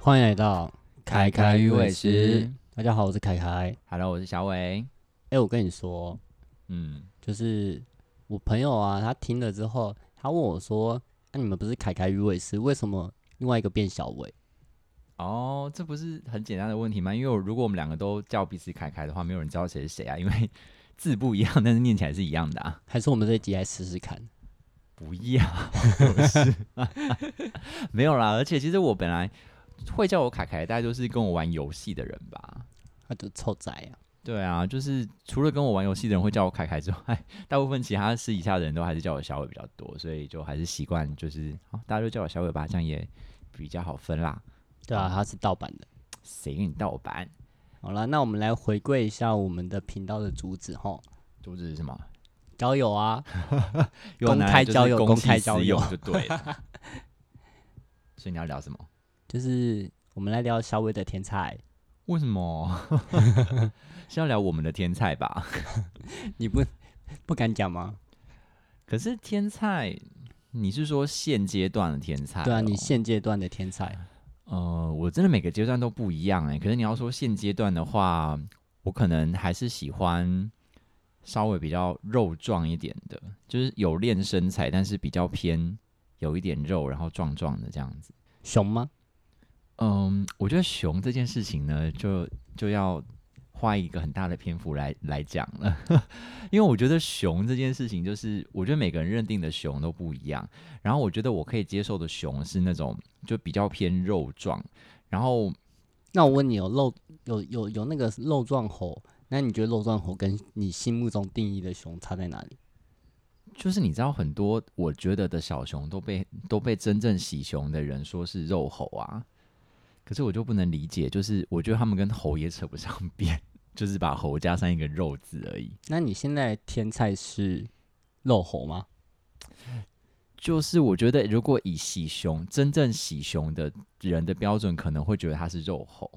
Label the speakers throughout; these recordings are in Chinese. Speaker 1: 欢迎来到
Speaker 2: 凯凯与伟师。
Speaker 1: 大家好，我是凯凯。
Speaker 2: Hello，我是小伟。
Speaker 1: 哎、我跟你说，
Speaker 2: 嗯，
Speaker 1: 就是我朋友啊，他听了之后，他问我说：“那、你们不是凯凯与伟师，为什么另外一个变小伟
Speaker 2: 哦，这不是很简单的问题吗？因为我如果我们两个都叫彼此凯凯的话，没有人知道谁是谁啊，因为字不一样，但是念起来是一样的 啊。？”
Speaker 1: 还是我们这一集来试试看？
Speaker 2: 不要，不是没有啦。而且其实我本来会叫我凯凯，大概就是跟我玩游戏的人吧。
Speaker 1: 他就臭仔啊！
Speaker 2: 对啊，就是除了跟我玩游戏的人会叫我凯凯之外，大部分其他私底下的人都还是叫我小伟比较多，所以就还是习惯就是、哦、大家都叫我小伟吧，这样也比较好分啦。
Speaker 1: 对啊，他是盗版的。
Speaker 2: 谁给你盗版？
Speaker 1: 好啦，那我们来回归一下我们的频道的主旨吼，
Speaker 2: 阻止什么？
Speaker 1: 交友啊，
Speaker 2: 又拿
Speaker 1: 公
Speaker 2: 来
Speaker 1: 开
Speaker 2: 就是
Speaker 1: 交友
Speaker 2: 公
Speaker 1: 公
Speaker 2: 器
Speaker 1: 开
Speaker 2: 私
Speaker 1: 交
Speaker 2: 用
Speaker 1: 友
Speaker 2: 就对了。所以你要聊什么？
Speaker 1: 就是我们来聊小伟的天才。
Speaker 2: 为什么 是要聊我们的天菜吧？
Speaker 1: 你不不敢讲吗？
Speaker 2: 可是天菜，你是说现阶段的天菜哦、
Speaker 1: 对啊，你现阶段的天才，
Speaker 2: 呃，我真的每个阶段都不一样哎、可是你要说现阶段的话，我可能还是喜欢稍微比较肉壮一点的，就是有练身材，但是比较偏有一点肉，然后壮壮的这样子。
Speaker 1: 熊吗？
Speaker 2: 嗯，我觉得熊这件事情呢，就就要花一个很大的篇幅来来讲了， 因为我觉得熊这件事情，就是我觉得每个人认定的熊都不一样。然后我觉得我可以接受的熊是那种就比较偏肉壮，然后
Speaker 1: 那我问你，有肉有有有那个肉壮猴，那你觉得肉壮猴跟你心目中定义的熊差在哪里？
Speaker 2: 就是你知道很多我觉得的小熊都被都被真正喜熊的人说是肉猴啊，可是我就不能理解，就是我觉得他们跟猴也扯不上 边，就是把猴加上一个肉字而已。
Speaker 1: 那你现在的天菜是肉猴吗？
Speaker 2: 就是我觉得，如果以喜熊真正喜熊的人的标准，可能会觉得他是肉猴，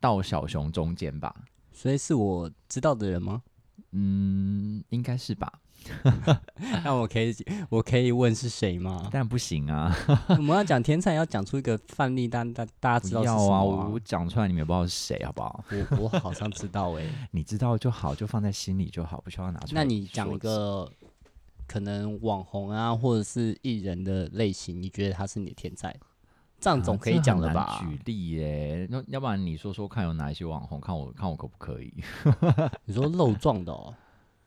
Speaker 2: 到小熊中间吧，
Speaker 1: 所以是我知道的人吗？
Speaker 2: 嗯，应该是吧，
Speaker 1: 那我可以我可以问是谁吗？
Speaker 2: 但不行啊，
Speaker 1: 我们要讲天菜，要讲出一个范例，大大大家知道
Speaker 2: 不
Speaker 1: 是什
Speaker 2: 要
Speaker 1: 么、
Speaker 2: 啊，我我讲出来你们也不知道是谁，好不啊好？
Speaker 1: 我我好像知道哎、
Speaker 2: 你知道就好，就放在心里就好，不需要拿出来。
Speaker 1: 那你讲一，个可能网红啊，或者是艺人的类型，你觉得他是你的天才？这样总可以
Speaker 2: 啊这
Speaker 1: 讲
Speaker 2: 很
Speaker 1: 了
Speaker 2: 难
Speaker 1: 吧？
Speaker 2: 举例耶，那要不然你说说看有哪一些网红，看我看我可不可以？
Speaker 1: 你说肉壮的哦，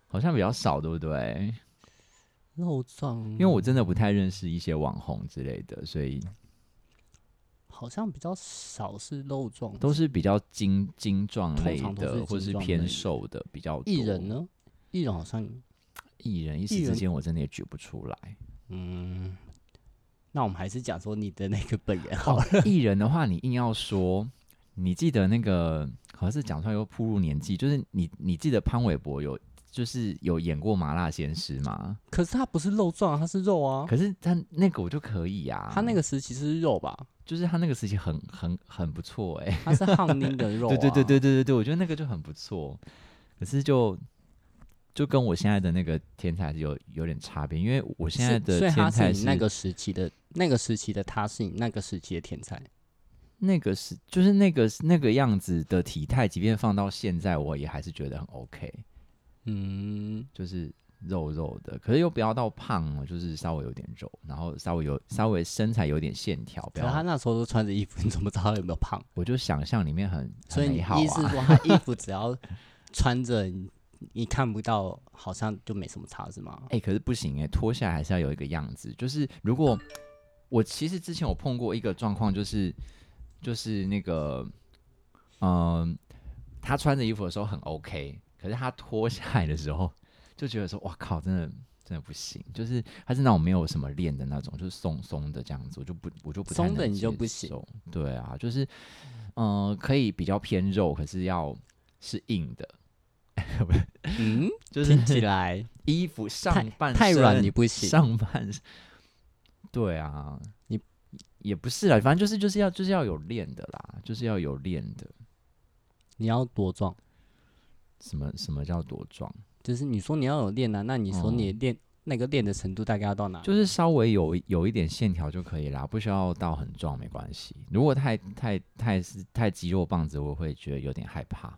Speaker 2: 好像比较少，对不对？
Speaker 1: 肉壮，
Speaker 2: 因为我真的不太认识一些网红之类的，所以
Speaker 1: 好像比较少是肉壮，
Speaker 2: 都是比较精精壮
Speaker 1: 通
Speaker 2: 类
Speaker 1: 常都
Speaker 2: 的，
Speaker 1: 是
Speaker 2: 或
Speaker 1: 精
Speaker 2: 是
Speaker 1: 壮类
Speaker 2: 偏
Speaker 1: 的
Speaker 2: 瘦的比较多。
Speaker 1: 艺人？呢？艺人好像，
Speaker 2: 艺人一
Speaker 1: 艺
Speaker 2: 时之
Speaker 1: 人
Speaker 2: 间我真的也举不出来。
Speaker 1: 嗯，那我们还是讲说你的那个本人好了。
Speaker 2: 艺人的话，你硬要说，你记得那个好像是讲出来又步入年纪，就是你你记得潘玮柏有就是有演过《麻辣鲜师》吗？
Speaker 1: 可是他不是肉壮，他是肉啊，
Speaker 2: 可是啊他那个我就可以呀、
Speaker 1: 他那个时期是肉吧？
Speaker 2: 就是他那个时期很很很不错哎、
Speaker 1: 他是汉宁的肉、啊，
Speaker 2: 对对对对对对对，我觉得那个就很不错，可是就。就跟我现在的那个天才有有点差别，因为我现在
Speaker 1: 是所
Speaker 2: 的
Speaker 1: 以他
Speaker 2: 天
Speaker 1: 是
Speaker 2: 才
Speaker 1: 你那个时期的，那个时期的他是你那个时期的天才。
Speaker 2: 那个是就是那个那个样子的体态，即便放到现在，我也还是觉得很 OK。
Speaker 1: 嗯，
Speaker 2: 就是肉肉的，可是又不要到胖哦，就是稍微有点肉，然后稍微有稍微身材有点线条，
Speaker 1: 可
Speaker 2: 不
Speaker 1: 是他
Speaker 2: 要。
Speaker 1: 那时候都穿着衣服，你怎么知道他有没有胖？
Speaker 2: 我就想象里面很
Speaker 1: 所以
Speaker 2: 很
Speaker 1: 你
Speaker 2: 美好
Speaker 1: 意思是
Speaker 2: 啊，
Speaker 1: 说他衣服只要穿着你你看不到，好像就没什么差是吗？
Speaker 2: 哎、可是不行哎、脱下来还是要有一个样子。就是如果我其实之前有碰过一个状况，就是就是那个，嗯、他穿着衣服的时候很 OK，可是他脱下来的时候就觉得说，哇靠，真的真的不行。就是他是那种没有什么练的那种，就是松松的这样子，我就不我就不太
Speaker 1: 松的
Speaker 2: 能
Speaker 1: 你就
Speaker 2: 接
Speaker 1: 不行
Speaker 2: 受。对啊，就是嗯、呃可以比较偏肉，可是要是硬的，
Speaker 1: 嗯，
Speaker 2: 就是
Speaker 1: 听起来
Speaker 2: 衣服上
Speaker 1: 太
Speaker 2: 半
Speaker 1: 太软
Speaker 2: 身
Speaker 1: 你不行。
Speaker 2: 上半身， 对啊，
Speaker 1: 你
Speaker 2: 也不是啦，反正就是就是要就是要有练的啦，就是要有练的。
Speaker 1: 你要多壮，
Speaker 2: 什么什么叫多壮？
Speaker 1: 就是你说你要有练啊，那你说你的练、那个练的程度大概要到哪？
Speaker 2: 哦就是稍微有有一点线条就可以啦，不需要到很壮没关系。如果太太太是太肌肉棒子，我会觉得有点害怕。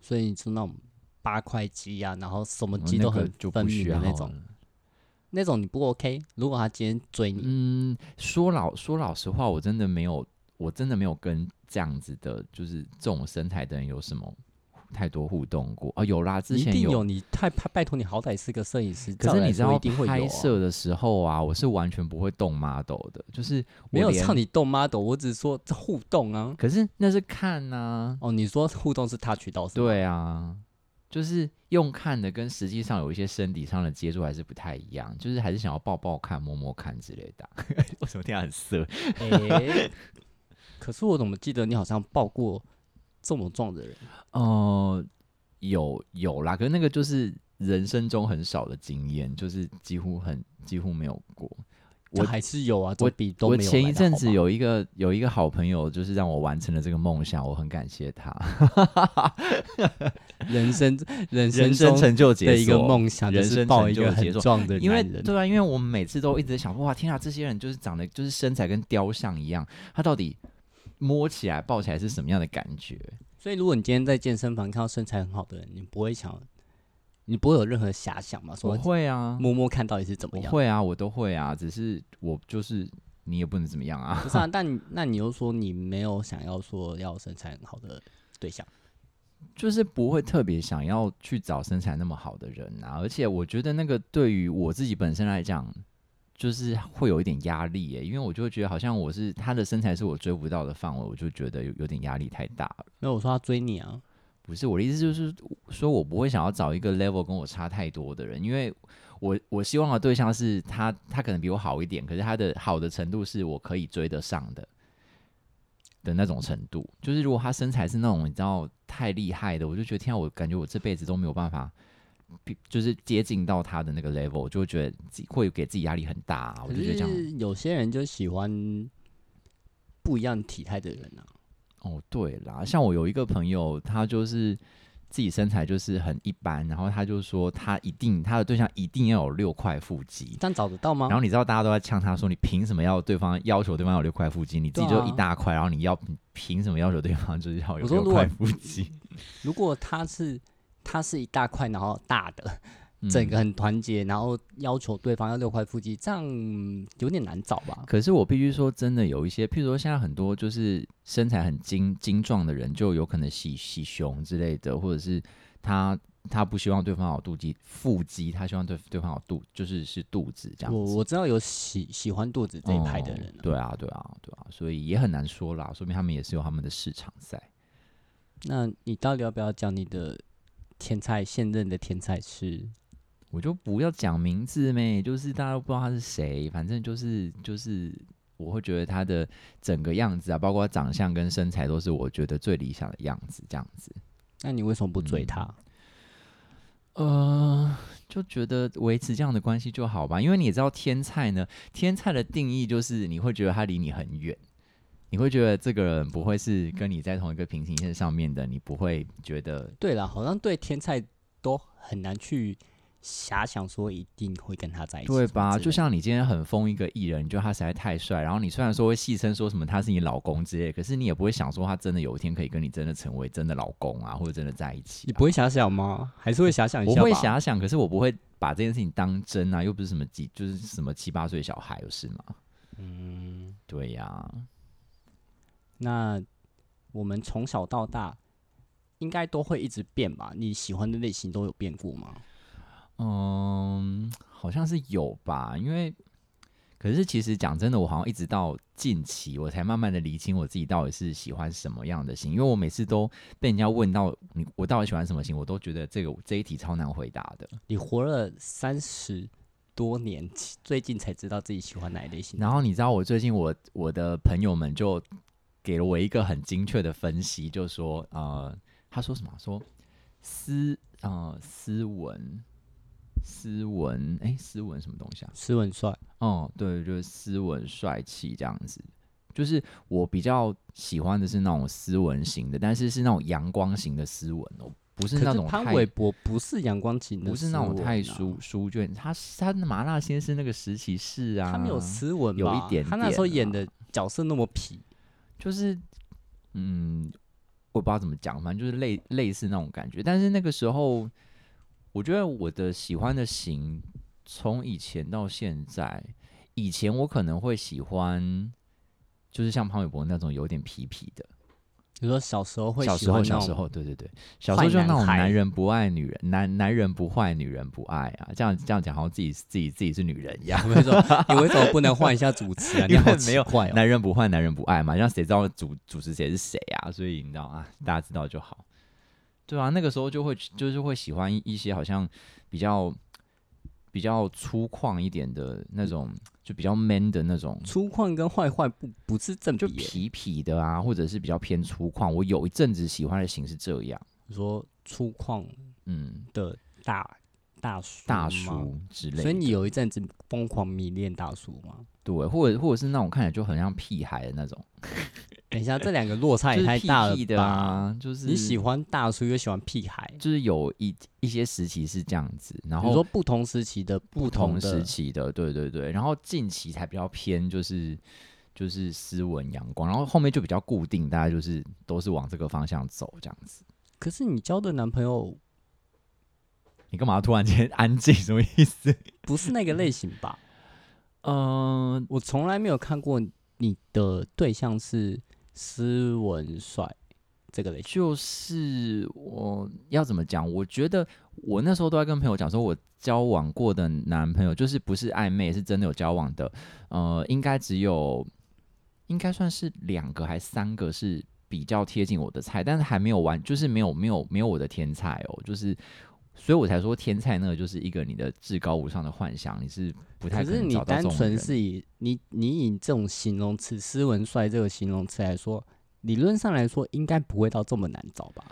Speaker 1: 所以你说那种八块肌啊，然后什么
Speaker 2: 嗯
Speaker 1: 肌
Speaker 2: 那
Speaker 1: 都
Speaker 2: 个
Speaker 1: 很
Speaker 2: 就
Speaker 1: 分
Speaker 2: 不
Speaker 1: 明
Speaker 2: 需
Speaker 1: 的
Speaker 2: 要
Speaker 1: 那种，
Speaker 2: 了
Speaker 1: 那种你不 OK。如果他今天追你，
Speaker 2: 嗯，说老说老实话，我真的没有，我真的没有跟这样子的，就是这种身材的人有什么太多互动过啊？有啦，之
Speaker 1: 你一
Speaker 2: 前
Speaker 1: 定有你太拜拜托你好歹是个摄影师，
Speaker 2: 可
Speaker 1: 照
Speaker 2: 是
Speaker 1: 来
Speaker 2: 你知
Speaker 1: 说
Speaker 2: 道
Speaker 1: 一定会有、
Speaker 2: 拍
Speaker 1: 啊。
Speaker 2: 摄的时候啊，我是完全不会动 model 的，就是我
Speaker 1: 没有
Speaker 2: 连
Speaker 1: 唱你动 model，我只是说这互动啊。
Speaker 2: 可是那是看呐、
Speaker 1: 哦，你说互动是他渠道是吗？
Speaker 2: 对啊，就是用看的跟实际上有一些身体上的接触还是不太一样，就是还是想要抱抱看、摸摸看之类的啊。 为什么听起来很色？
Speaker 1: 诶 可是我怎么记得你好像抱过这么壮的人？
Speaker 2: 哦，有有啦，可是那个就是人生中很少的经验，就是几乎很几乎没有过。我
Speaker 1: 这还是有啊，这比都
Speaker 2: 我
Speaker 1: 没有
Speaker 2: 前
Speaker 1: 来
Speaker 2: 一
Speaker 1: 得
Speaker 2: 阵
Speaker 1: 好
Speaker 2: 子
Speaker 1: 吧
Speaker 2: 有一个有一个好朋友，就是让我完成了这个梦想，我很感谢他，
Speaker 1: 人生人
Speaker 2: 人
Speaker 1: 生
Speaker 2: 生
Speaker 1: 中
Speaker 2: 成就解
Speaker 1: 的一个
Speaker 2: 锁
Speaker 1: 梦想，就
Speaker 2: 人
Speaker 1: 是
Speaker 2: 生
Speaker 1: 抱
Speaker 2: 成
Speaker 1: 一
Speaker 2: 就
Speaker 1: 个
Speaker 2: 的
Speaker 1: 很
Speaker 2: 杰作
Speaker 1: 壮的
Speaker 2: 因为
Speaker 1: 男人。
Speaker 2: 对啊，因为我们每次都一直在想，哇，天啊，这些人就是长得就是身材跟雕像一样，他到底摸起来、抱起来是什么样的感觉？
Speaker 1: 所以如果你今天在健身房看到身材很好的人，你不会想，你不会有任何遐想嘛？
Speaker 2: 我
Speaker 1: 说
Speaker 2: 会啊，
Speaker 1: 摸摸看到底是怎么
Speaker 2: 我
Speaker 1: 样？
Speaker 2: 会啊，我都会啊，只是我就是你也不能怎么样啊。
Speaker 1: 不是啊，但你那你又说你没有想要说要身材很好的对象，
Speaker 2: 就是不会特别想要去找身材那么好的人啊，而且我觉得那个对于我自己本身来讲，就是会有一点压力耶，因为我就会觉得好像我是他的身材是我追不到的范围，我就觉得有有点压力太大了。
Speaker 1: 没有我说他追你啊，
Speaker 2: 不是我的意思，就是说我不会想要找一个 level 跟我差太多的人，因为我我希望的对象是他，他可能比我好一点，可是他的好的程度是我可以追得上的的那种程度。就是如果他身材是那种你知道太厉害的，我就觉得天啊，我感觉我这辈子都没有办法比，就是接近到他的那个 level，我就会觉得自己会给自己压力很大啊、我
Speaker 1: 可
Speaker 2: 就觉得这样，
Speaker 1: 是有些人就喜欢不一样体态的人啊。
Speaker 2: 哦，对啦，像我有一个朋友，他就是自己身材就是很一般，然后他就说他一定他的对象一定要有六块腹肌。
Speaker 1: 但找得到吗
Speaker 2: 然？后你知道大家都在呛他说，你凭什么要对方要求对方有六块腹肌？你自己
Speaker 1: 对啊
Speaker 2: 就一大块，然后你要你凭什么要求对方就是要有
Speaker 1: 我说
Speaker 2: 六
Speaker 1: 如果
Speaker 2: 块腹肌？
Speaker 1: 如果他是他是一大块，然后大的，
Speaker 2: 嗯
Speaker 1: 整个很团结，然后要求对方要六块腹肌，这样嗯有点难找吧？
Speaker 2: 可是我必须说，真的有一些，譬如说现在很多就是身材很精精壮的人，就有可能喜喜胸之类的，或者是他他不希望对方有肚肌腹肌，他希望对对方有肚就是是肚子这样
Speaker 1: 我
Speaker 2: 子。
Speaker 1: 我知道有喜喜欢肚子这一派的
Speaker 2: 哦
Speaker 1: 人、啊
Speaker 2: 对啊，对啊，对啊，所以也很难说啦，说明他们也是有他们的市场在。
Speaker 1: 那你到底要不要讲你的天菜现任的天菜是？
Speaker 2: 我就不要讲名字呗，就是大家都不知道他是谁，反正就是就是，我会觉得他的整个样子啊，包括长相跟身材，都是我觉得最理想的样子，这样子。
Speaker 1: 那你为什么不追
Speaker 2: 嗯
Speaker 1: 他？
Speaker 2: 呃，就觉得维持这样的关系就好吧，因为你也知道天菜呢，天菜的定义就是你会觉得他离你很远，你会觉得这个人不会是跟你在同一个平行线上面的，你不会觉得
Speaker 1: 对了，好像对天菜都很难去遐想说一定会跟他在一起什么
Speaker 2: 对
Speaker 1: 之类的，
Speaker 2: 吧？就像你今天很疯一个艺人，你觉得他实在太帅，然后你虽然说会戏称说什么他是你老公之类的，可是你也不会想说他真的有一天可以跟你真的成为真的老公啊，或者真的在一起、
Speaker 1: 你
Speaker 2: 啊。
Speaker 1: 不会遐想吗？还是会遐想一
Speaker 2: 我
Speaker 1: 下吧？
Speaker 2: 会遐想，可是我不会把这件事情当真啊，又不是什么几，就是什么七八岁小孩，有事吗？嗯，对呀、
Speaker 1: 那我们从小到大应该都会一直变吧？你喜欢的类型都有变过吗？
Speaker 2: 嗯，好像是有吧，因为可是其实讲真的，我好像一直到近期我才慢慢的理清我自己到底是喜欢什么样的型，因为我每次都被人家问到你我到底喜欢什么型，我都觉得这个这一题超难回答的。
Speaker 1: 你活了三十多年，其最近才知道自己喜欢哪一类型。
Speaker 2: 然后你知道我最近我我的朋友们就给了我一个很精确的分析，就说呃，他说什么说斯呃斯文斯文哎斯文什么东西啊？
Speaker 1: 斯文帅，
Speaker 2: 哦，对，就是斯文帅气这样子。就是我比较喜欢的是那种斯文型的，但是是那种阳光型的斯文哦，不是
Speaker 1: 可
Speaker 2: 那
Speaker 1: 是
Speaker 2: 种
Speaker 1: 潘
Speaker 2: 太
Speaker 1: 玮柏不是啊阳光型的、
Speaker 2: 不是那种太书，书卷，他是他麻辣鲜师那个时期是啊，
Speaker 1: 他没有斯文吧，
Speaker 2: 有一点
Speaker 1: 他那时候
Speaker 2: 点
Speaker 1: 演
Speaker 2: 啊
Speaker 1: 的角色那么痞，
Speaker 2: 就是嗯，我不知道怎么讲，反正就是类类似那种感觉。但是那个时候，我觉得我的喜欢的型，从以前到现在，以前我可能会喜欢，就是像潘玮柏那种有点痞痞的。
Speaker 1: 你说小时候会
Speaker 2: 小
Speaker 1: 喜
Speaker 2: 时候，
Speaker 1: 欢
Speaker 2: 小
Speaker 1: 那
Speaker 2: 时
Speaker 1: 种
Speaker 2: 候，对对对，小时候就那种男人不爱女人，男男人不坏，女人不爱啊，这样这样讲好像自己自己自己是女人一样。
Speaker 1: 你为什么？ 你为什么不能换一下主持 啊？你
Speaker 2: 因
Speaker 1: 好
Speaker 2: 为
Speaker 1: 奇
Speaker 2: 没有
Speaker 1: 怪哦。
Speaker 2: 男人不坏，男人不爱嘛，让谁知道主主持谁是谁啊？所以你知道啊，大家知道就好。对啊，那个时候就会就是会喜欢一些好像比较比较粗犷一点的那种，就比较 man 的那种，
Speaker 1: 粗犷跟坏坏不不是正比
Speaker 2: 就
Speaker 1: 耶，
Speaker 2: 痞痞的啊，或者是比较偏粗犷。我有一阵子喜欢的型是这样，
Speaker 1: 你说粗犷
Speaker 2: 嗯，
Speaker 1: 的大大叔
Speaker 2: 大
Speaker 1: 吗
Speaker 2: 叔之类的。
Speaker 1: 所以你有一阵子疯狂迷恋大叔吗？
Speaker 2: 对，或者或者是那种看起来就很像屁孩的那种，
Speaker 1: 等一下，这两个落差也
Speaker 2: 就是
Speaker 1: 太
Speaker 2: 屁
Speaker 1: 大了
Speaker 2: 屁的
Speaker 1: 吧？
Speaker 2: 啊，就是
Speaker 1: 你喜欢大叔又喜欢屁孩，
Speaker 2: 就是有一一些时期是这样子，然
Speaker 1: 你
Speaker 2: 后
Speaker 1: 说不同时期的不
Speaker 2: 不同
Speaker 1: 的
Speaker 2: 时期的，对对对，然后近期才比较偏就是就是斯文阳光，然后后面就比较固定，大家就是都是往这个方向走这样子。
Speaker 1: 可是你交的男朋友
Speaker 2: 你干嘛突然间安静？什么意思？
Speaker 1: 不是那个类型吧？
Speaker 2: 嗯、
Speaker 1: 我从来没有看过你的对象是斯文帅这个类型。
Speaker 2: 就是我要怎么讲？我觉得我那时候都在跟朋友讲，说我交往过的男朋友，就是不是暧昧，是真的有交往的。呃，应该只有，应该算是两个还三个是比较贴近我的菜，但是还没有完，就是没有没有没有我的天菜哦，就是。所以我才说天菜那个就是一个你的至高无上的幻想，你是不太
Speaker 1: 可是
Speaker 2: 能
Speaker 1: 你
Speaker 2: 找到这
Speaker 1: 单
Speaker 2: 种
Speaker 1: 纯
Speaker 2: 人
Speaker 1: 是以你你以这种形容词“斯文帅”这个形容词来说，理论上来说应该不会到这么难找吧？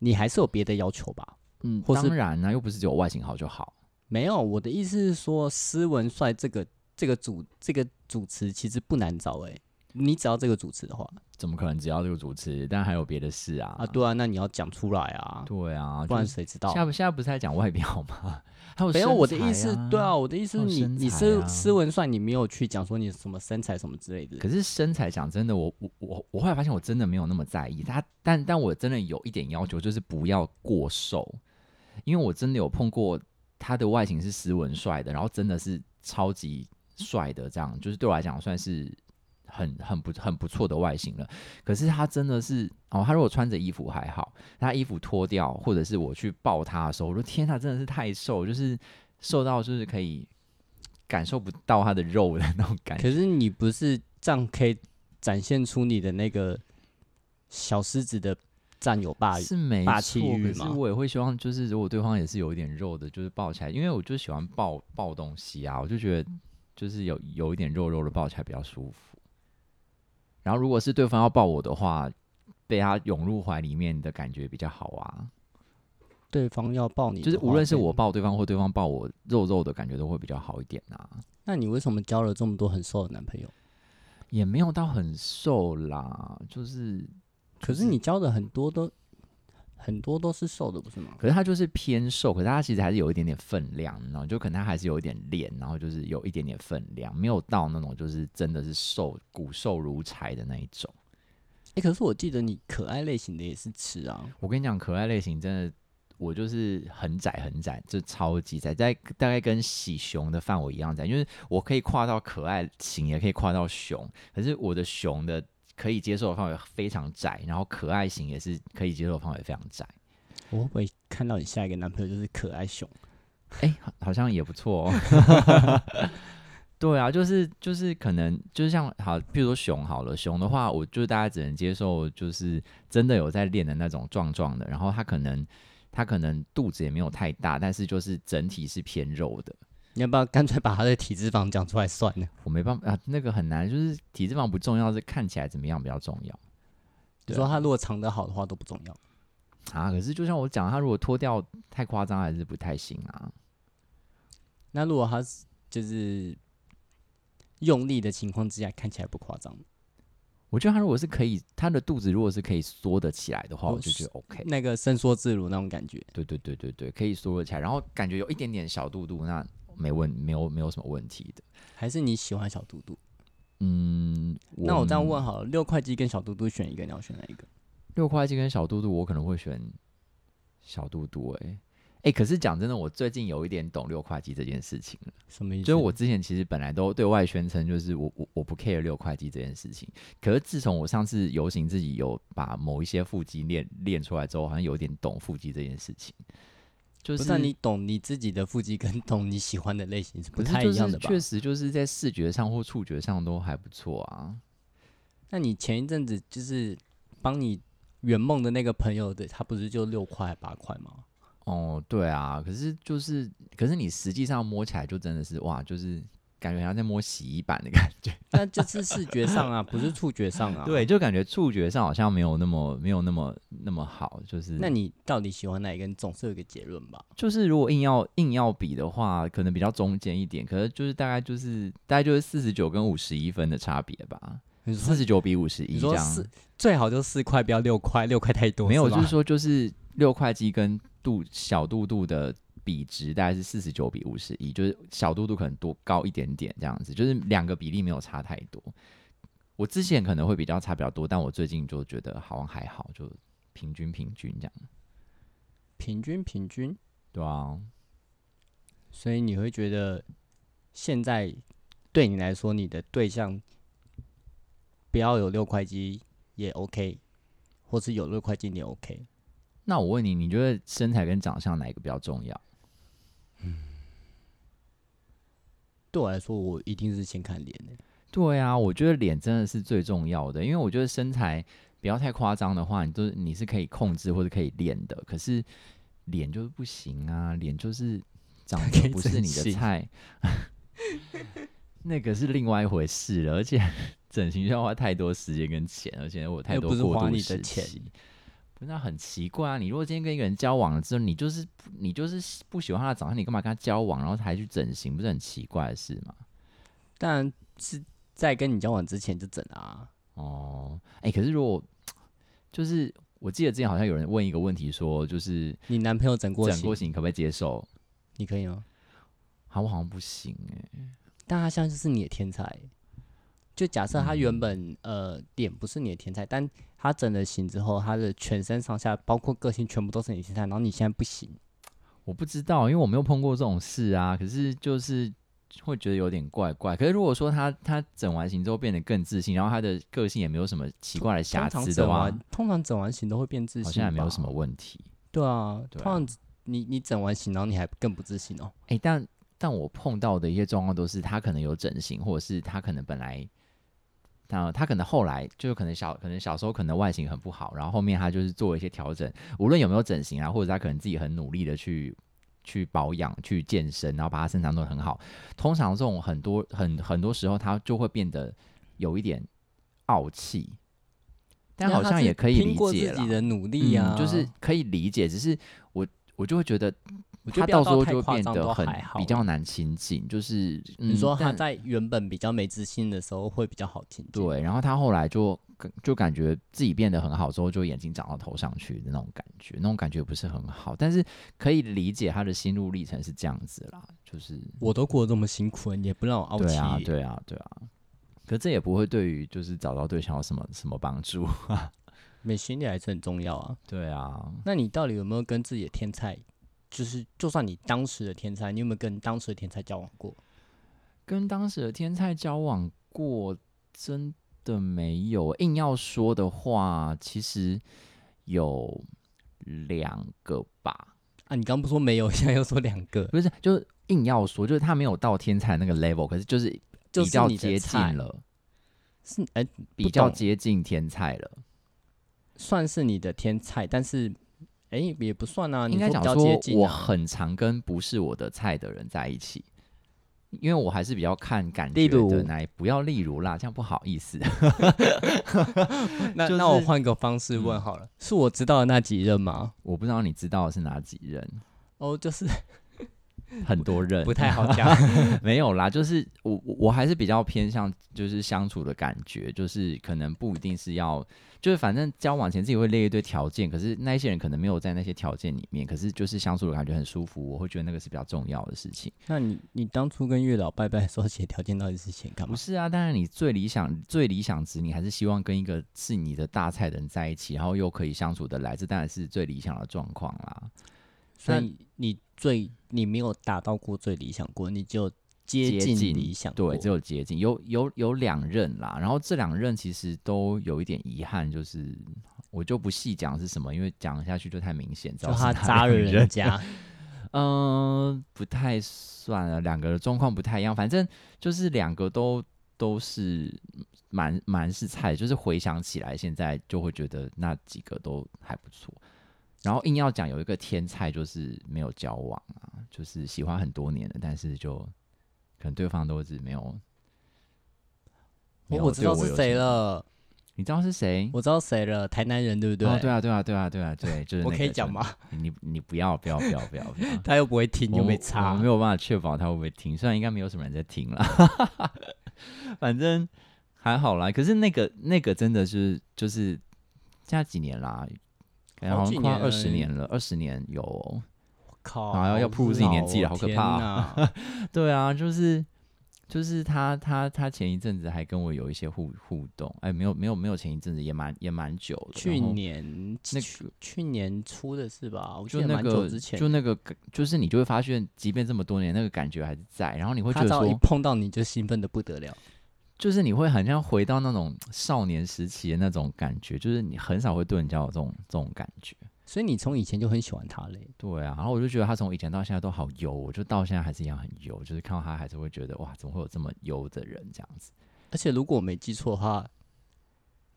Speaker 1: 你还是有别的要求吧？
Speaker 2: 嗯，
Speaker 1: 或是
Speaker 2: 当然啦、又不是只有外形好就好。
Speaker 1: 没有，我的意思是说，斯文帅这个这个主这个主持其实不难找诶、你只要这个主持的话
Speaker 2: 怎么可能只要这个主持？但还有别的事啊
Speaker 1: 啊，对啊，那你要讲出来啊，
Speaker 2: 对啊，
Speaker 1: 不
Speaker 2: 就
Speaker 1: 然
Speaker 2: 是
Speaker 1: 谁知道？
Speaker 2: 现在现在不是在讲外表吗？ 还有
Speaker 1: 没有
Speaker 2: 身
Speaker 1: 我的
Speaker 2: 材
Speaker 1: 意思，对啊，，我的意思是
Speaker 2: 还有
Speaker 1: 你
Speaker 2: 身
Speaker 1: 你
Speaker 2: 材
Speaker 1: 斯
Speaker 2: 啊
Speaker 1: 斯文帅，你没有去讲说你什么身材什么之类的
Speaker 2: 可，是身材讲真的，我我我我后来发现我真的没有那么在意他，但但我真的有一点要求，就是不要过瘦，因为我真的有碰过他的外形是斯文帅的，然后真的是超级帅的，这样就是对我来讲算是很很不很不错的外形了。可是他真的是哦，他如果穿着衣服还好，他衣服脱掉或者是我去抱他的时候，我说天呐，真的是太瘦，就是瘦到就是可以感受不到他的肉的那种感觉。
Speaker 1: 可是你不是这样可以展现出你的那个小狮子的占有霸
Speaker 2: 是没
Speaker 1: 啊霸气
Speaker 2: 错
Speaker 1: 欲
Speaker 2: 可是
Speaker 1: 嘛
Speaker 2: 我也会希望，就是如果对方也是有一点肉的，就是抱起来，因为我就喜欢抱抱东西啊，我就觉
Speaker 1: 嗯
Speaker 2: 得就是有有一点肉肉的抱起来比较舒服。然后如果是对方要抱我的话，被他涌入怀里面的感觉比较好啊，
Speaker 1: 对方要抱你的话，
Speaker 2: 就是无论是
Speaker 1: 对
Speaker 2: 我，抱对方或对方抱我，肉肉的感觉都会比较好一点啊。
Speaker 1: 那你为什么交了这么多很瘦的男朋友？
Speaker 2: 也没有到很瘦啦，就是
Speaker 1: 可是你交的很多都很多都是瘦的，不是吗？
Speaker 2: 可是他就是偏瘦，可是他其实还是有一点点分量，然后就可能他还是有一点练，然后就是有一点点分量，没有到那种就是真的是瘦骨瘦如柴的那一种。
Speaker 1: 哎、可是我记得你可爱类型的也是吃啊，
Speaker 2: 我跟你讲，可爱类型真的，我就是很窄很窄，就超级窄，在大概跟喜熊的范围一样窄，因为我可以跨到可爱型，也可以跨到熊，可是我的熊的可以接受的范围非常窄，然后可爱型也是可以接受的范围非常窄。
Speaker 1: 我会不会看到你下一个男朋友就是可爱熊？
Speaker 2: 哎、好好像也不错哦。对啊，就是就是可能就是像好，譬如说熊好了，熊的话，我就大家只能接受，就是真的有在练的那种壮壮的，然后他可能他可能肚子也没有太大，但是就是整体是偏肉的。
Speaker 1: 你要不要干脆把他的体脂肪讲出来算了？
Speaker 2: 我没办法啊，那个很难，就是体脂肪不重要，是看起来怎么样比较重要
Speaker 1: 你
Speaker 2: 对啊
Speaker 1: 说他如果藏得好的话都不重要。
Speaker 2: 啊。可是就像我讲，他如果脱掉太夸张，还是不太行啊。
Speaker 1: 那如果他是就是用力的情况之下，看起来不夸张，
Speaker 2: 我觉得他如果是可以，他的肚子如果是可以缩得起来的话，
Speaker 1: 哦
Speaker 2: 我就觉得 OK。
Speaker 1: 那个伸缩自如那种感觉。
Speaker 2: 对对对对对，可以缩得起来，然后感觉有一点点小肚肚，那没问没有没有什么问题的。
Speaker 1: 还是你喜欢小嘟嘟？
Speaker 2: 嗯，
Speaker 1: 那我这样问好了，六块肌跟小嘟嘟选一个，你要选哪一个？
Speaker 2: 六块肌跟小肚肚，我可能会选小肚肚、欸。哎、可是讲真的，我最近有一点懂六块肌这件事情了。
Speaker 1: 什么意思？
Speaker 2: 就是我之前其实本来都对外宣称，就是我我我不 care 六块肌这件事情。可是自从我上次游行自己有把某一些腹肌练练出来之后，好像有点懂腹肌这件事情。就
Speaker 1: 不是啊你懂你自己的腹肌跟懂你喜欢的类型是不
Speaker 2: 可是
Speaker 1: 太
Speaker 2: 就
Speaker 1: 一样
Speaker 2: 是
Speaker 1: 的吧？
Speaker 2: 确实就是在视觉上或触觉上都还不错啊。
Speaker 1: 那你前一阵子就是帮你圆梦的那个朋友的，他不是就六块还八块 吗？
Speaker 2: 哦，对啊，可是就是，可是你实际上摸起来就真的是哇，就是感觉好像在摸洗衣板的感觉。
Speaker 1: 那就是视觉上啊，不是触觉上啊。
Speaker 2: 对，，就感觉触觉上好像没有那么没有那么那么好，就是
Speaker 1: 那你到底喜欢哪一个？你总是有一个结论吧？
Speaker 2: 就是如果硬要硬要比的话，可能比较中间一点，可是就是大概就是大概就是四十九跟五十一分的差别吧，
Speaker 1: 你说
Speaker 2: 四十九比五十一
Speaker 1: 你
Speaker 2: 这
Speaker 1: 说
Speaker 2: 样。
Speaker 1: 四最好就四块，不要六块，六块太多。
Speaker 2: 没有，
Speaker 1: 吧
Speaker 2: 就是说就是六块肌跟肚小肚肚的比值大概是四十九比五十一，就是小肚肚可能多高一点点这样子，就是两个比例没有差太多。我之前可能会比较差比较多，但我最近就觉得好像还好，就平均平均这样。
Speaker 1: 平均平均，
Speaker 2: 对啊，
Speaker 1: 所以你会觉得现在对你来说，你的对象不要有六块肌也 OK，或是有六块肌你也 OK。
Speaker 2: 那我问你，你觉得身材跟长相哪一个比较重要？
Speaker 1: 对我来说，我一定是先看脸的、
Speaker 2: 对啊，我觉得脸真的是最重要的，因为我觉得身材不要太夸张的话，你都你是可以控制或者可以练的，可是脸就是不行啊，脸就是长
Speaker 1: 可
Speaker 2: 得
Speaker 1: 以
Speaker 2: 不是
Speaker 1: 整
Speaker 2: 你的
Speaker 1: 形
Speaker 2: 菜， 那个是另外一回事了。而且 整形需要花太多时间跟钱，而且我有太
Speaker 1: 又
Speaker 2: 多
Speaker 1: 不是
Speaker 2: 过
Speaker 1: 花
Speaker 2: 度
Speaker 1: 你的
Speaker 2: 时
Speaker 1: 钱
Speaker 2: 期。不是那很奇怪啊！你如果今天跟一个人交往了之后，你就是你就是不喜欢他的长相，你干嘛跟他交往，然后还去整形，不是很奇怪的事吗？
Speaker 1: 当然是在跟你交往之前就整啊。
Speaker 2: 哦，哎、可是如果就是我记得之前好像有人问一个问题说，就是
Speaker 1: 你男朋友整过
Speaker 2: 整
Speaker 1: 型
Speaker 2: 过，型可不可以接受？
Speaker 1: 你可以吗？
Speaker 2: 好，我好像不行哎、
Speaker 1: 但他像是你的天才。就假设他
Speaker 2: 嗯
Speaker 1: 原本、呃脸不是你的天才，但他整了型之后，他的全身上下包括个性全部都是你的天才，然后你现在不行，
Speaker 2: 我不知道，因为我没有碰过这种事啊。可是就是会觉得有点怪怪。可是如果说他他整完型之后变得更自信，然后他的个性也没有什么奇怪的瑕
Speaker 1: 通常
Speaker 2: 疵
Speaker 1: 整
Speaker 2: 的话
Speaker 1: 完，，通常整完型都会变自信，
Speaker 2: 好像也没有什么。问题。
Speaker 1: 对啊，
Speaker 2: 对啊
Speaker 1: 通常你你整完型，然后你还更不自信哦。
Speaker 2: 哎、但但我碰到的一些状况都是他可能有整形，或者是他可能本来，呃他他可能后来就是可能小可能小时候可能外形很不好，然后后面他就是做一些调整，无论有没有整形啊，或者他可能自己很努力的去。去保养、去健身，然后把他身材弄得很好。通常这种很多、很很多时候，他就会变得有一点傲气，但
Speaker 1: 那
Speaker 2: 好
Speaker 1: 他
Speaker 2: 像
Speaker 1: 是
Speaker 2: 也可以
Speaker 1: 拼
Speaker 2: 理
Speaker 1: 过
Speaker 2: 解
Speaker 1: 自己
Speaker 2: 啦。
Speaker 1: 的努力啊，
Speaker 2: 嗯，就是可以理解，只是我我就会觉得
Speaker 1: 我觉
Speaker 2: 他
Speaker 1: 嗯得不要
Speaker 2: 时候
Speaker 1: 太
Speaker 2: 就会
Speaker 1: 夸
Speaker 2: 变
Speaker 1: 张
Speaker 2: 得
Speaker 1: 都
Speaker 2: 很
Speaker 1: 还好
Speaker 2: 比较难亲近，就是、嗯、
Speaker 1: 你说他
Speaker 2: 但
Speaker 1: 在原本比较没自信的时候会比较好听，，
Speaker 2: 对，然后他后来就就感觉自己变得很好之后，就眼睛长到头上去的那种感觉，那种感觉不是很好，但是可以理解他的心路历程是这样子啦，就是
Speaker 1: 我都过得这么辛苦了，你也不让我傲气，
Speaker 2: 对啊，对啊，对啊。可这也不会对于就是找到对象有什么什么帮助，
Speaker 1: 美心理还是很重要啊。
Speaker 2: 对啊，
Speaker 1: 那你到底有没有跟自己的天才，就是就算你当时的天才，你有没有跟当时的天才交往过？
Speaker 2: 跟当时的天菜交往过，真的没有。硬要说的话，其实有两个吧，
Speaker 1: 啊，你刚不说没有， 现在又说两个，
Speaker 2: 不是，就是硬要说，就是他没有到天才那个 level，可是就是
Speaker 1: 就
Speaker 2: 比
Speaker 1: 是
Speaker 2: 较
Speaker 1: 你的
Speaker 2: 接近
Speaker 1: 菜，
Speaker 2: 了，
Speaker 1: 是哎、
Speaker 2: 比较
Speaker 1: 懂
Speaker 2: 接近天才了。
Speaker 1: 算是你的天才，但是哎、也不算啊，
Speaker 2: 应该
Speaker 1: 你说
Speaker 2: 讲
Speaker 1: 比较接
Speaker 2: 说，
Speaker 1: 近
Speaker 2: 我
Speaker 1: 啊。
Speaker 2: 很常跟不是我的菜的人在一起。因为我还是比较看感
Speaker 1: 例
Speaker 2: 觉的
Speaker 1: 如
Speaker 2: 那一，不要例如啦，这样不好意思。
Speaker 1: 那、
Speaker 2: 就
Speaker 1: 那我
Speaker 2: 是嗯
Speaker 1: 换个方式问好了，是我知道的那几任吗？
Speaker 2: 我不知道你知道的是哪几人，
Speaker 1: 哦，就是
Speaker 2: 很多人，
Speaker 1: 不太好讲。
Speaker 2: 没有啦，就是我我我还是比较偏向就是相处的感觉，就是可能不一定是要，就是反正交往前自己会列一堆条件，可是那一些人可能没有在那些条件里面，可是就是相处的感觉很舒服，我会觉得那个是比较重要的事情。
Speaker 1: 那你你当初跟月老拜拜的时候写条件到底是写干
Speaker 2: 不
Speaker 1: 嘛？
Speaker 2: 是啊，当然你最理想最理想值，你还是希望跟一个是你的大菜的人在一起，然后又可以相处得来，这当然是最理想的状况啦。
Speaker 1: 所
Speaker 2: 那
Speaker 1: 以你最你没有达到过最理想过，你就接
Speaker 2: 接
Speaker 1: 近
Speaker 2: 近
Speaker 1: 理想过。
Speaker 2: 对，只有捷径，有有有两任啦，然后这两任其实都有一点遗憾，就是我就不细讲是什么，因为讲下去就太明显，知
Speaker 1: 就
Speaker 2: 道是
Speaker 1: 他
Speaker 2: 哪
Speaker 1: 扎了
Speaker 2: 两
Speaker 1: 人
Speaker 2: 任。
Speaker 1: 家，
Speaker 2: 嗯、不太算了，两个状况不太一样，反正就是两个都都是蛮蛮是菜，就是回想起来，现在就会觉得那几个都还不错。然后硬要讲有一个天菜，就是没有交往啊，就是喜欢很多年了，但是就可能对方都是没有。 没有
Speaker 1: 我知道
Speaker 2: 对
Speaker 1: 是
Speaker 2: 有
Speaker 1: 谁
Speaker 2: 什么，
Speaker 1: 了，
Speaker 2: 你知道是谁？
Speaker 1: 我知道谁了，台南人对不对？
Speaker 2: 哦，对啊，对啊，对啊，对啊，对，就是、那
Speaker 1: 我可以
Speaker 2: 个
Speaker 1: 讲？吗？
Speaker 2: 就你你不要，不要，不要，不要，不要
Speaker 1: 他又不会听，又
Speaker 2: 我
Speaker 1: 没
Speaker 2: 我
Speaker 1: 差
Speaker 2: 没。有办法确保他会不会听，虽然应该没有什么人在听啦， 反正还好啦。可是那个那个真的是就是现在几年啦，感觉
Speaker 1: 好
Speaker 2: 好
Speaker 1: 几
Speaker 2: 像快
Speaker 1: 年
Speaker 2: 二十
Speaker 1: 了
Speaker 2: 年了，二十年有哦、
Speaker 1: 靠，
Speaker 2: 啊要要暴露自己年纪了
Speaker 1: 老哦
Speaker 2: 好可怕啊
Speaker 1: 天哪
Speaker 2: 对啊，就是就是他他他前一阵子还跟我有一些互互动，哎，没有没有没有，前一阵子也蛮也蛮久了，
Speaker 1: 去
Speaker 2: 然后
Speaker 1: 年
Speaker 2: 那
Speaker 1: 去去年初的事吧，我记
Speaker 2: 就
Speaker 1: 得
Speaker 2: 那
Speaker 1: 蛮久
Speaker 2: 个
Speaker 1: 之前。
Speaker 2: 就那个就是你就会发现，即便这么多年，那个感觉还是在，然后你会觉
Speaker 1: 他
Speaker 2: 得
Speaker 1: 只要一
Speaker 2: 说，
Speaker 1: 碰到你就兴奋的不得了，
Speaker 2: 就是你会很像回到那种少年时期的那种感觉，就是你很少会对人家有这种这种感觉。
Speaker 1: 所以你从以前就很喜欢他嘞。
Speaker 2: 对啊，然后我就觉得他从以前到现在都好优，我就到现在还是一样很优，就是看到他还是会觉得哇，怎么会有这么优的人这样子？
Speaker 1: 而且如果我没记错的话，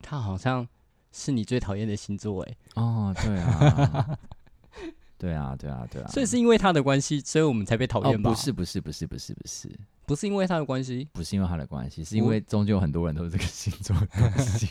Speaker 1: 他好像是你最讨厌的星座哎，
Speaker 2: 哦，对啊， 对啊，对啊，对啊。
Speaker 1: 所以是因为他的关系，所以我们才被讨
Speaker 2: 哦，
Speaker 1: 厌吧？
Speaker 2: 不是，不是，不是，不是，不是，
Speaker 1: 不是因为他的关系，
Speaker 2: 不是因为他的关系，是因
Speaker 1: 我
Speaker 2: 为中间有很多人都是这个星座的关系。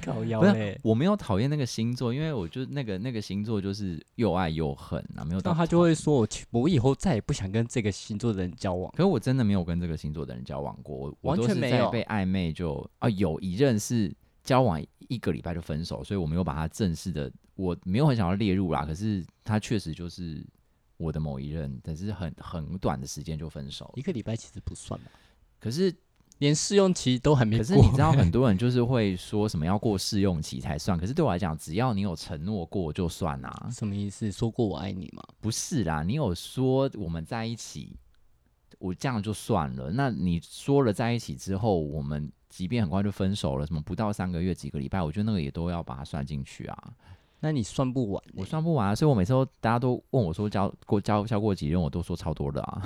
Speaker 1: 靠腰
Speaker 2: 不是
Speaker 1: 嘞，
Speaker 2: 我没有讨厌那个星座，因为我就那个那个星座就是又爱又恨啊，没有到
Speaker 1: 那他就
Speaker 2: 讨
Speaker 1: 会说我去，我以后再也不想跟这个星座的人交往。
Speaker 2: 可是我真的没有跟这个星座的人交往过，我我
Speaker 1: 完
Speaker 2: 都
Speaker 1: 全
Speaker 2: 是
Speaker 1: 没
Speaker 2: 在
Speaker 1: 有
Speaker 2: 被暧昧就啊有一任是交往一个礼拜就分手，所以我没有把他正式的，我没有很想要列入啦。可是他确实就是我的某一任，但是很很短的时间就分手了
Speaker 1: 一个礼拜其实不算吧，
Speaker 2: 可是
Speaker 1: 连试用期都还没
Speaker 2: 可
Speaker 1: 过。
Speaker 2: 是你知道，很多人就是会说什么要过试用期才算，可是对我来讲，只要你有承诺过就算啊，
Speaker 1: 什么意思？说过我爱你吗？
Speaker 2: 不是啦，你有说我们在一起，我这样就算了。那你说了在一起之后，我们即便很快就分手了，什么不到三个月、几个礼拜，我觉得那个也都要把它算进去啊。
Speaker 1: 那你算不完、
Speaker 2: 我算不完、啊，所以我每次都大家都问我说交过交交过几任，我都说超多的啊。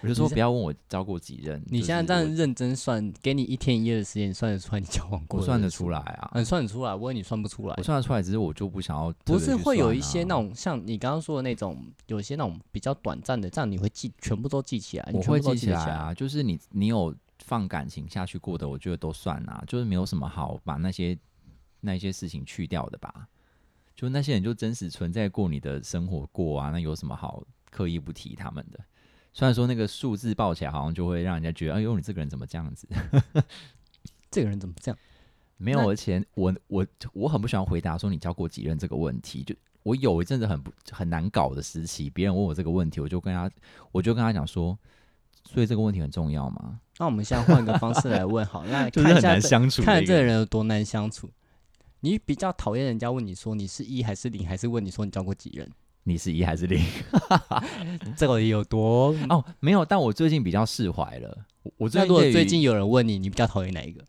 Speaker 2: 我就说
Speaker 1: 你是
Speaker 2: 不要问我交过几任，
Speaker 1: 你
Speaker 2: 就是
Speaker 1: 现在这
Speaker 2: 我
Speaker 1: 样认真算，给你一天一夜的时间，你算得出来你交往过？
Speaker 2: 我算得出来，啊，
Speaker 1: 嗯，算得出来。我问你算不出来
Speaker 2: 我，算得出来，只是我就不想要特
Speaker 1: 不
Speaker 2: 别去
Speaker 1: 是
Speaker 2: 算啊、
Speaker 1: 会有一些那种像你刚刚说的那种，有一些那种比较短暂的，这样你会记全部都记起啊来，你
Speaker 2: 我
Speaker 1: 全
Speaker 2: 会
Speaker 1: 部都
Speaker 2: 记
Speaker 1: 记
Speaker 2: 起
Speaker 1: 得
Speaker 2: 来
Speaker 1: 起来。
Speaker 2: 啊，就是你你有放感情下去过的，我觉得都算啊，就是没有什么好把那些那些事情去掉的吧。就那些人就真实存在过你的生活过啊，那有什么好刻意不提他们的？虽然说那个数字报起来好像就会让人家觉得，哎呦，你这个人怎么这样子？
Speaker 1: 这个人怎么这样？
Speaker 2: 没
Speaker 1: 那
Speaker 2: 有，而且我我我很不喜欢回答说你交过几任这个问题。就我有一阵子很不很难搞的时期，别人问我这个问题，我就跟他我就跟他讲说，所以这个问题很重要吗？
Speaker 1: 那我们现在换个方式来问好，那
Speaker 2: 就是
Speaker 1: 看一
Speaker 2: 很
Speaker 1: 下
Speaker 2: 难
Speaker 1: 这
Speaker 2: 相处的
Speaker 1: 看
Speaker 2: 一
Speaker 1: 这
Speaker 2: 个
Speaker 1: 个
Speaker 2: 人。
Speaker 1: 人有多难相处。你比较讨厌人家问你说你是一还是零，还是问你说你交过几人？
Speaker 2: 你是一还 是零？嗯
Speaker 1: 这个有多？
Speaker 2: 哦，没有，但我最近比较释怀了。我我最
Speaker 1: 那
Speaker 2: 近
Speaker 1: 如果
Speaker 2: 对于
Speaker 1: 最近，有人问你，你比较讨厌哪一个？
Speaker 2: 嗯